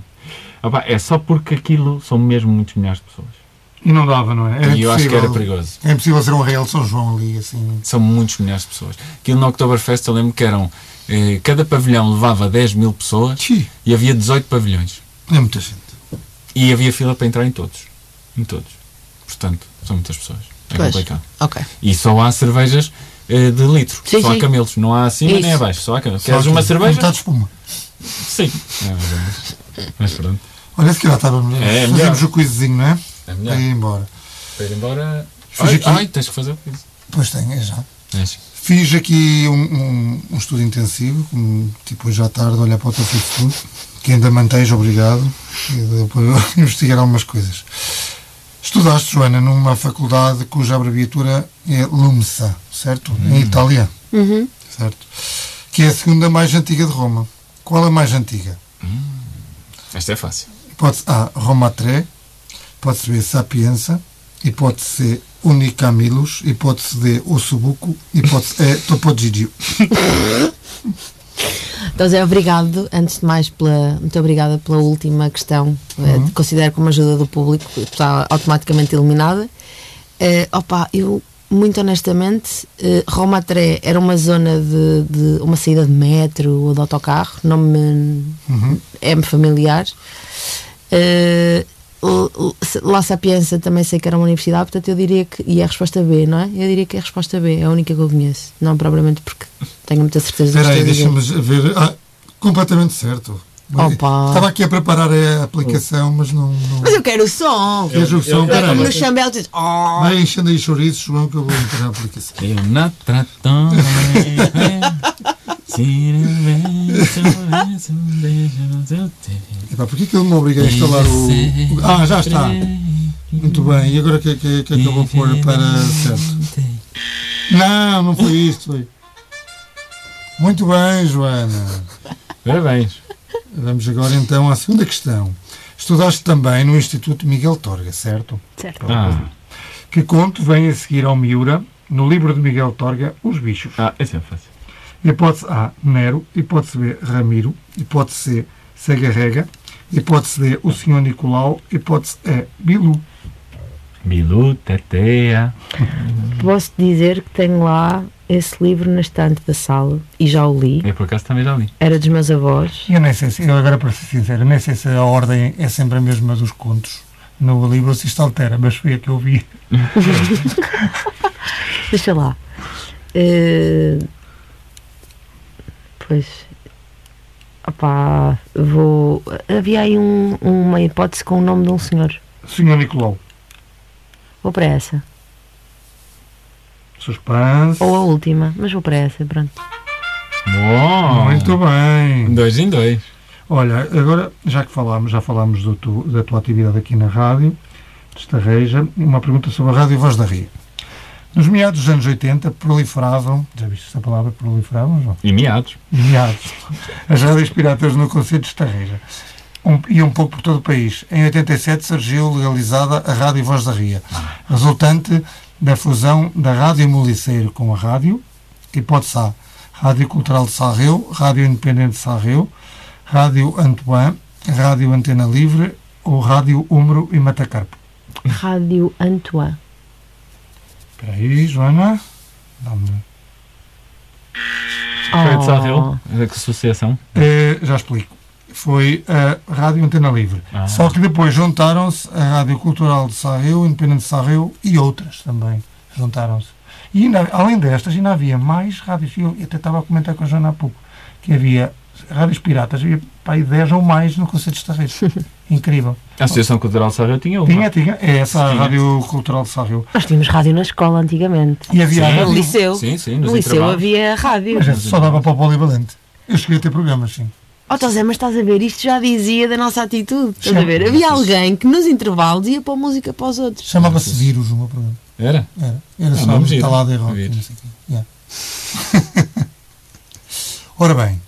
B: Opa, é só porque aquilo são mesmo muitos milhares de pessoas.
A: E não dava, não é? Era
E: e eu acho que
A: impossível.
E: era perigoso.
D: É impossível ser um real São João ali, assim.
E: São muitos milhares de pessoas. Aquilo no Oktoberfest eu lembro que eram. eh, cada pavilhão levava 10 mil pessoas
D: Tchi,
E: e havia 18 pavilhões.
D: é muita gente.
E: E havia fila para entrar em todos. Em todos. Portanto, são muitas pessoas. É
C: Pois.
E: complicado.
C: Ok.
E: E só há cervejas eh, de litro.
C: Sim,
E: só há
C: sim.
E: camelos. Não há acima nem
C: Isso.
E: abaixo. Só há camelos.
D: Só
E: Queres uma
D: que-
E: cerveja?
D: Metade
A: Então tá.
D: de espuma.
E: Sim. É, mas, mas pronto.
D: Olha, se calhar estávamos.
E: É, é
D: fazemos
E: melhor.
D: o quizzinho, não é?
E: É
D: Para
E: melhor.
D: ir embora.
E: Para ir embora.
D: Fiz
E: Ai,
D: aqui-
E: ai, tens que fazer o quiz.
D: Pois tem, é já.
E: Tens.
D: Fiz aqui um, um- um estudo intensivo, como, tipo hoje à tarde, olhar para o teu futuro, que ainda mantens, obrigado, e deu para investigar algumas coisas. Estudaste, Joana, numa faculdade cuja abreviatura é LUMSA, certo? Em Itália,
C: Uhum.
D: certo? Que é a segunda mais antiga de Roma. Qual a mais antiga?
E: Esta é fácil.
D: Hipótese A, Roma 3, hipótese B, Sapienza, hipótese C, Unicamilus, hipótese D, Ossobuco, hipótese E, Topogigio.
C: Então, Zé, obrigado, antes de mais, pela, muito obrigada pela última questão.
D: Uhum.
C: Eh, Considero como ajuda do público, está automaticamente eliminada. Eh, opa, eu, muito honestamente, eh, Roma 3 era uma zona de, de uma saída de metro ou de autocarro, não me.
D: Uhum.
C: é-me familiar. Eh, L- L- La Sapienza também sei que era uma universidade, portanto eu diria que. E é a resposta B, não é? Eu diria que é a resposta B, é a única que eu conheço. Não propriamente porque tenho muita certeza do que
D: Espera aí,
C: estou a dizer.
D: deixa-me ver. Ah, completamente certo.
C: Opa.
D: Estava aqui a preparar a aplicação, mas não. não...
C: Mas eu quero o som.
D: Queres o som?
E: eu-
C: Não é
D: Espera
C: como no
D: aí.
C: chambel diz. Oh.
D: Vai enchendo aí chouriços, João, que eu vou entrar na aplicação.
E: Eu na tratão.
D: Epá, porquê que ele me obriga a instalar o. o- Ah, já
B: Tá.
D: está. Muito bem. E agora o que, que, que é que eu vou pôr para certo? Não, não foi isto. Foi. Muito bem, Joana.
B: Parabéns.
D: Vamos agora então à segunda questão. Estudaste também no Instituto Miguel Torga, certo?
C: Certo.
B: Ah,
A: Que conto vem a seguir ao Miura, no livro de Miguel Torga, Os Bichos.
B: ah esse é fácil.
A: Hipótese A, Nero. Hipótese B, Ramiro. Hipótese C, Segarrega. Hipótese D, o Senhor Nicolau. Hipótese E, Bilu.
B: Bilu, Teteia.
C: Posso dizer que tenho lá esse livro na estante da sala e já o li.
B: Eu por acaso também já li.
C: Era dos meus avós.
A: Eu nem sei se, eu agora para ser sincero, nem sei se a ordem é sempre a mesma dos contos no livro ou se isto altera, mas foi a que eu vi.
C: Deixa lá. Eh, Pois. Opá, vou. Havia aí um- uma hipótese com o nome de um senhor.
A: Senhor Nicolau.
C: Vou para essa.
A: Suspense.
C: Ou a última, mas vou para essa, pronto.
B: Bom.
A: Muito bem.
E: Dois em dois.
A: Olha, agora, já que falámos, já falámos do tu- da tua atividade aqui na rádio, Estarreja, uma pergunta sobre a rádio Voz da Ria. Nos meados dos anos 80 proliferavam, já viste essa palavra, proliferavam, João?
E: E meados.
A: Meados. As rádios piratas no Conselho de Estarreja. Um, e um pouco por todo o país. Em 87 surgiu legalizada a Rádio Voz da Ria, resultante da fusão da Rádio Moliceiro com a Rádio Hipótese A, Rádio Cultural de Sarreu, Rádio Independente de Sarreu, Rádio Antoine, Rádio Antena Livre ou Rádio Umbro e Matacarpo.
C: Rádio Antoine.
A: Espera aí, Joana. Dá-me-
E: Foi de Sarreu,
C: Oh.
A: Ah.
B: É
E: da associação.
A: Eh, já explico. Foi a Rádio Antena Livre.
E: Ah.
A: Só que depois juntaram-se a Rádio Cultural de Sarreu, Independente de Sarreu e outras também. Juntaram-se. E ainda- além destas, ainda havia mais rádios. Eu até estava a comentar com a Joana há pouco que havia rádios piratas, havia para aí 10 ou mais no Conselho de Estarrejo. Incrível.
E: A Associação Cultural de Sarreu tinha uma.
A: Tinha, tinha. É essa a
E: Tinha.
A: Rádio Cultural de Sarreu.
C: Nós tínhamos rádio na escola antigamente.
A: E havia a
E: Sim.
C: No
A: rádio.
C: liceu.
E: Sim, sim, nos
C: No liceu
E: intervalos.
C: havia rádio.
A: Mas essa só dava para o Polivalente. Eu cheguei a ter programas, sim.
C: Oh, José, mas estás a ver? Isto já dizia da nossa atitude. Estás a ver? Havia alguém que nos intervalos ia pôr música para os outros.
A: Chamava-se Vírus o meu programa.
E: Era?
A: Era, É, era
E: Ah,
A: só
E: vamos ir.
A: talada e rock.
E: Vamos ir.
A: não sei o quê. Yeah. Ora bem,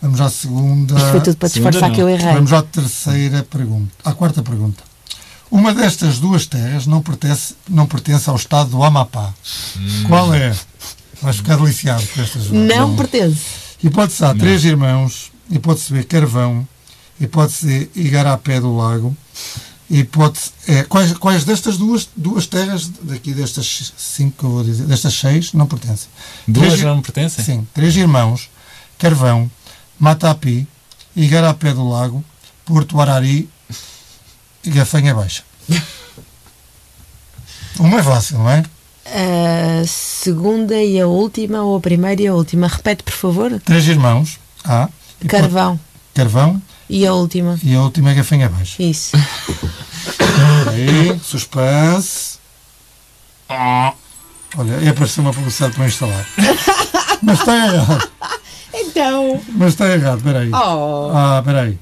A: vamos à segunda.
C: Isto foi tudo para
E: segunda
C: disfarçar
E: não.
C: que eu errei.
A: Vamos à terceira pergunta. À quarta pergunta. Uma destas duas terras não pertence, não pertence ao estado do Amapá. Qual é? Vais ficar deliciado com estas duas.
C: Não pertence.
A: Hipótese A, Três Irmãos. Hipótese B, Carvão. Hipótese D, Igarapé do Lago. Hipótese E, é, quais, quais destas duas, duas terras, daqui destas cinco que eu vou dizer, destas seis, não pertencem?
E: Duas
A: Três-
E: não me pertencem?
A: Sim, Três Irmãos, Carvão, Matapi, Igarapé do Lago, Porto Arari e Gafanha Baixa. Uma é fácil, não é?
C: A segunda e a última, ou a primeira e a última. Repete, por favor.
A: Três Irmãos, A, hipótese-
C: Carvão.
A: Carvão
C: E a última.
A: e a última é Gafanha Baixa.
C: Isso.
A: Aí, suspense.
E: Ah,
A: Olha, ia aparecer uma publicidade para eu instalar. Mas está errado.
C: Então.
A: Mas está errado, peraí.
C: Oh.
A: Ah, peraí.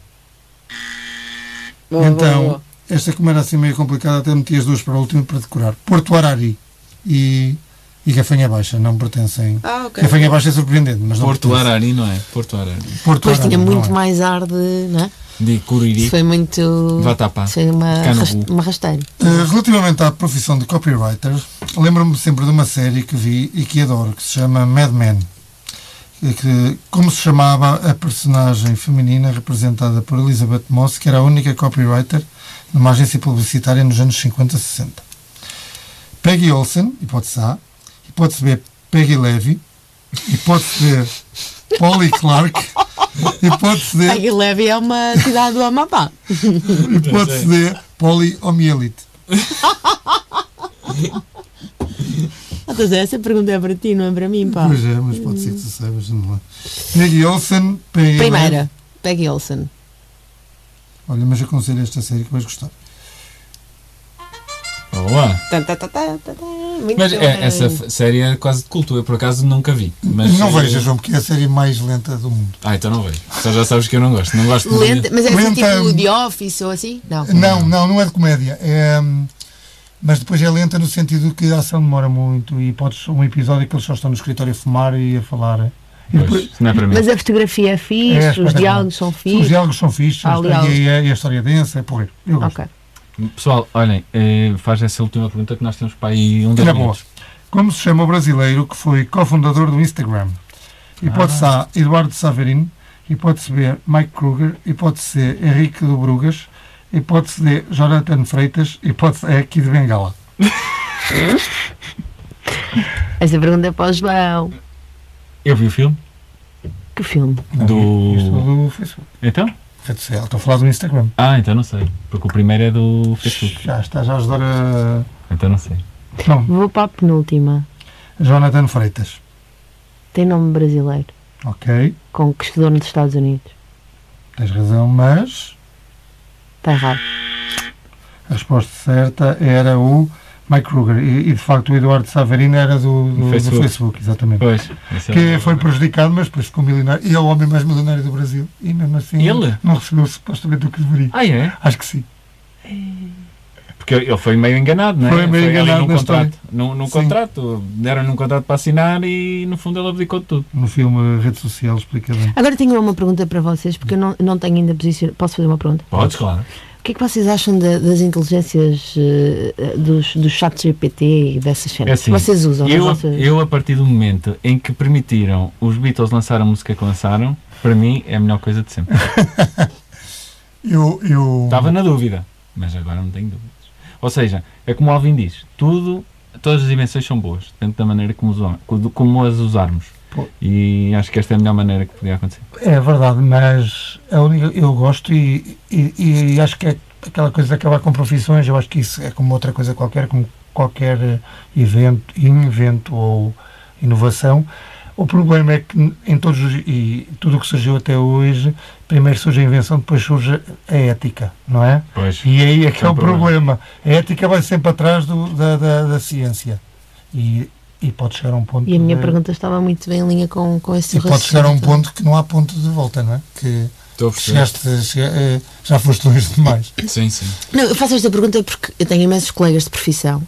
C: Boa,
A: então,
C: boa, boa.
A: esta como era assim meio complicada, até meti as duas para o último para decorar. Porto Arari e, e Gafanha Baixa não pertencem.
C: Ah, ok.
A: Gafanha Baixa é surpreendente, mas não
E: Porto
A: pertence.
E: Arari, não é? Porto Arari.
A: Porto
C: Depois tinha
A: Arari, não
C: muito
A: é.
C: mais ar de. Não é?
E: De Curiri.
C: Isso foi muito.
E: Vatapá.
C: Isso Foi uma,
E: Cá no
C: ras-
E: Ru.
C: uma rasteira.
A: Eh, Relativamente à profissão de copywriter, lembro-me sempre de uma série que vi e que adoro, que se chama Mad Men. E Que, como se chamava a personagem feminina representada por Elizabeth Moss, que era a única copywriter numa agência publicitária nos anos 50 e 60. Peggy Olson, hipótese A, hipótese B, Peggy Levy, hipótese D, Polly Clark, hipótese D,
C: Peggy Levy é uma cidade do Amapá.
A: Hipótese D, poliomielite.
C: Ah, José, essa pergunta é para ti, não é para mim, pá.
A: Pois é, mas pode ser que tu saibas, não é? Maggie Olsen, Peggy Levy.
C: Primeira, Peggy Olson.
A: Olha, mas aconselho esta série que vais gostar.
E: Olá.
C: Tan, tan, tan, tan, tan, tan. Muito
E: Mas é,
C: bem.
E: essa f- série é quase de culto. Eu, por acaso, nunca vi. Mas,
A: não
E: eh,
A: vejas, João, porque é a série mais lenta do mundo.
E: Ah, então não vejo. Então já sabes que eu não gosto. Não gosto de
C: Lenta, mas é assim,
A: Lenta.
C: tipo The Office ou assim? Não.
A: Não, não, não é de comédia. É, hum, mas depois é lenta no sentido que a ação demora muito e podes um episódio que eles só estão no escritório a fumar e a falar. E
E: Pois,
A: depois,
E: isso não é para mim.
C: Mas a fotografia é
A: É,
C: fixe, os
A: espetacular.
C: diálogos são
A: os
C: fixes.
A: diálogos são fixos
C: Há ali
A: e, a-
C: algo.
A: e a, e a história é densa, é porreiro. Eu gosto.
C: Ok.
E: Pessoal, olhem, eh, faz essa última pergunta que nós temos para aí um
A: Na
E: dois
A: é boa.
E: minutos.
A: Como se chama o brasileiro que foi cofundador do Instagram? Hipótese A, Eduardo Saverin. Hipótese B, Mike Kruger. Hipótese C, Henrique do Brugas. Hipótese D, Jonathan Freitas. Hipótese E, Kid Bengala.
C: Essa pergunta é para o João.
E: Eu vi o filme.
C: Que filme?
E: Do-
A: Isto é do Facebook.
E: Então?
A: Quer dizer, Estou a falar do Instagram.
E: Ah, então não sei. Porque o primeiro é do Facebook.
A: Já estás a ajudar a...
E: Então não sei.
A: Não,
C: Vou para a penúltima.
A: Jonathan Freitas.
C: Tem nome brasileiro.
A: Ok,
C: Com que estudou nos Estados Unidos.
A: tens razão, mas...
C: Está errado.
A: A resposta certa era o Mike Kruger. E, e, de facto o Eduardo Savarino era do, do- do
B: Facebook.
A: Facebook. exatamente.
B: Pois. Esse é
A: Que
B: o-
A: foi prejudicado, mas depois ficou milionário. E é o homem mais milionário do Brasil. E mesmo assim
B: Ele?
A: não recebeu supostamente o que deveria.
B: Ah, é?
A: Acho que sim.
B: Porque ele foi meio enganado,
E: né?
B: não é?
A: Foi meio
B: ali
A: enganado
B: num
A: na história.
B: contrato. Num, num
A: Sim.
B: contrato. Deram-lhe um contrato para assinar e no fundo ele abdicou de tudo.
A: No filme Rede Social explica bem.
C: Agora tenho uma pergunta para vocês, porque eu não, não tenho ainda posicionamento. Posso fazer uma pergunta?
B: Podes, claro.
C: O que é que vocês acham da- das inteligências eh, eh, dos, dos chats GPT e dessas cenas?
B: É assim,
C: vocês usam? nas
B: Eu,
C: vossas-
B: eu, a partir do momento em que permitiram os Beatles lançar a música que lançaram, para mim é a melhor coisa de
C: Uhum.
B: sempre.
G: Eu, eu,
B: Estava na dúvida, mas agora não tenho dúvidas. Ou seja, é como o Alvin diz: tudo, todas as invenções são boas, dentro da maneira como, usa- como- como as usarmos.
A: Pô.
B: E acho que esta é a melhor maneira que podia acontecer.
A: É verdade, mas a única, eu gosto e, e- e acho que é aquela coisa de acabar com profissões, eu acho que isso é como outra coisa qualquer, como qualquer eh, evento, invento ou inovação. O problema é que n- em todos os, e tudo o que surgiu até hoje, primeiro surge a invenção, depois surge a ética, não é?
B: Pois.
A: E aí é que
B: É
A: é
B: um
A: o problema. A ética vai sempre atrás do- da, da- da ciência. E, e pode chegar a um ponto.
C: E a minha
A: de-
C: pergunta é estava muito bem em linha com, com esse
G: e pode chegar a um ponto que não há ponto de volta, não é? Que
B: Estou a
G: chegaste, chega- eh, já foste longe demais.
B: Sim, sim.
C: Não, eu faço esta pergunta porque eu tenho imensos colegas de profissão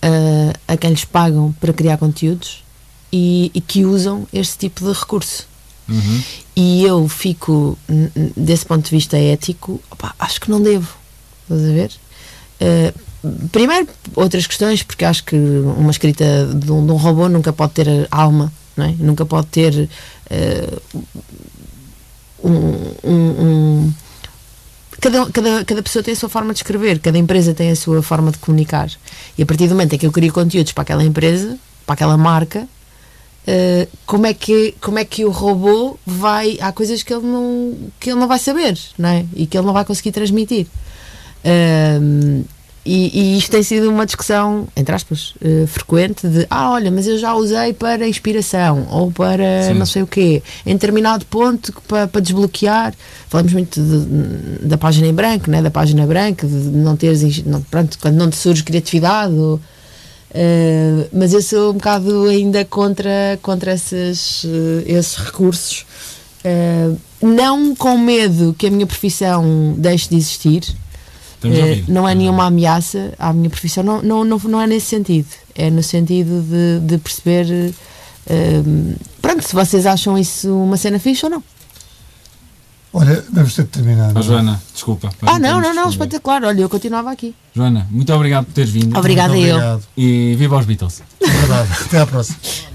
C: ah, a quem lhes pagam para criar conteúdos e, e que usam este tipo de recurso.
B: Uhum.
C: E eu fico, n- n- desse ponto de vista ético, opá, acho que não devo. Estás a ver? Ah, primeiro, outras questões, porque acho que uma escrita de um, de um robô nunca pode ter alma, não é? nunca pode ter ah, um- um- um cada, cada, cada pessoa tem a sua forma de escrever, cada empresa tem a sua forma de comunicar. E a partir do momento em que eu crio conteúdos para aquela empresa, para aquela marca, eh, como, é que, como é que o robô vai. Há coisas que ele não, que ele não vai saber, não é? E que ele não vai conseguir transmitir. Ahm, e, e isto tem sido uma discussão, entre aspas, eh, frequente de ah, olha, mas eu já usei para inspiração ou para
B: Sim.
C: não sei o quê, em determinado ponto que pa- para, desbloquear. Falamos muito de- da página em branco, né? da página branca, de não teres, ins- não, pronto, quando não te surge criatividade. ou- eh, mas eu sou um bocado ainda contra, contra esses, eh, esses recursos. Eh, não com medo que a minha profissão deixe de existir,
B: Estamos a
C: eh,
B: ouvir.
C: não é nenhuma ameaça à minha profissão, não, não, não, não é nesse sentido. É no sentido de, de perceber eh, ehm, pronto, se vocês acham isso uma cena fixe ou não.
G: Olha, vamos ter de terminar. não
B: Ó,
G: é?
B: Joana, desculpa.
C: ah, não, não, não,
B: responder.
C: espetacular. Olha, eu continuava aqui.
B: Joana, muito obrigado por teres vindo.
C: Obrigada
G: Muito
C: eu.
G: obrigado.
B: E viva os Beatles.
G: Verdade. Até à próxima.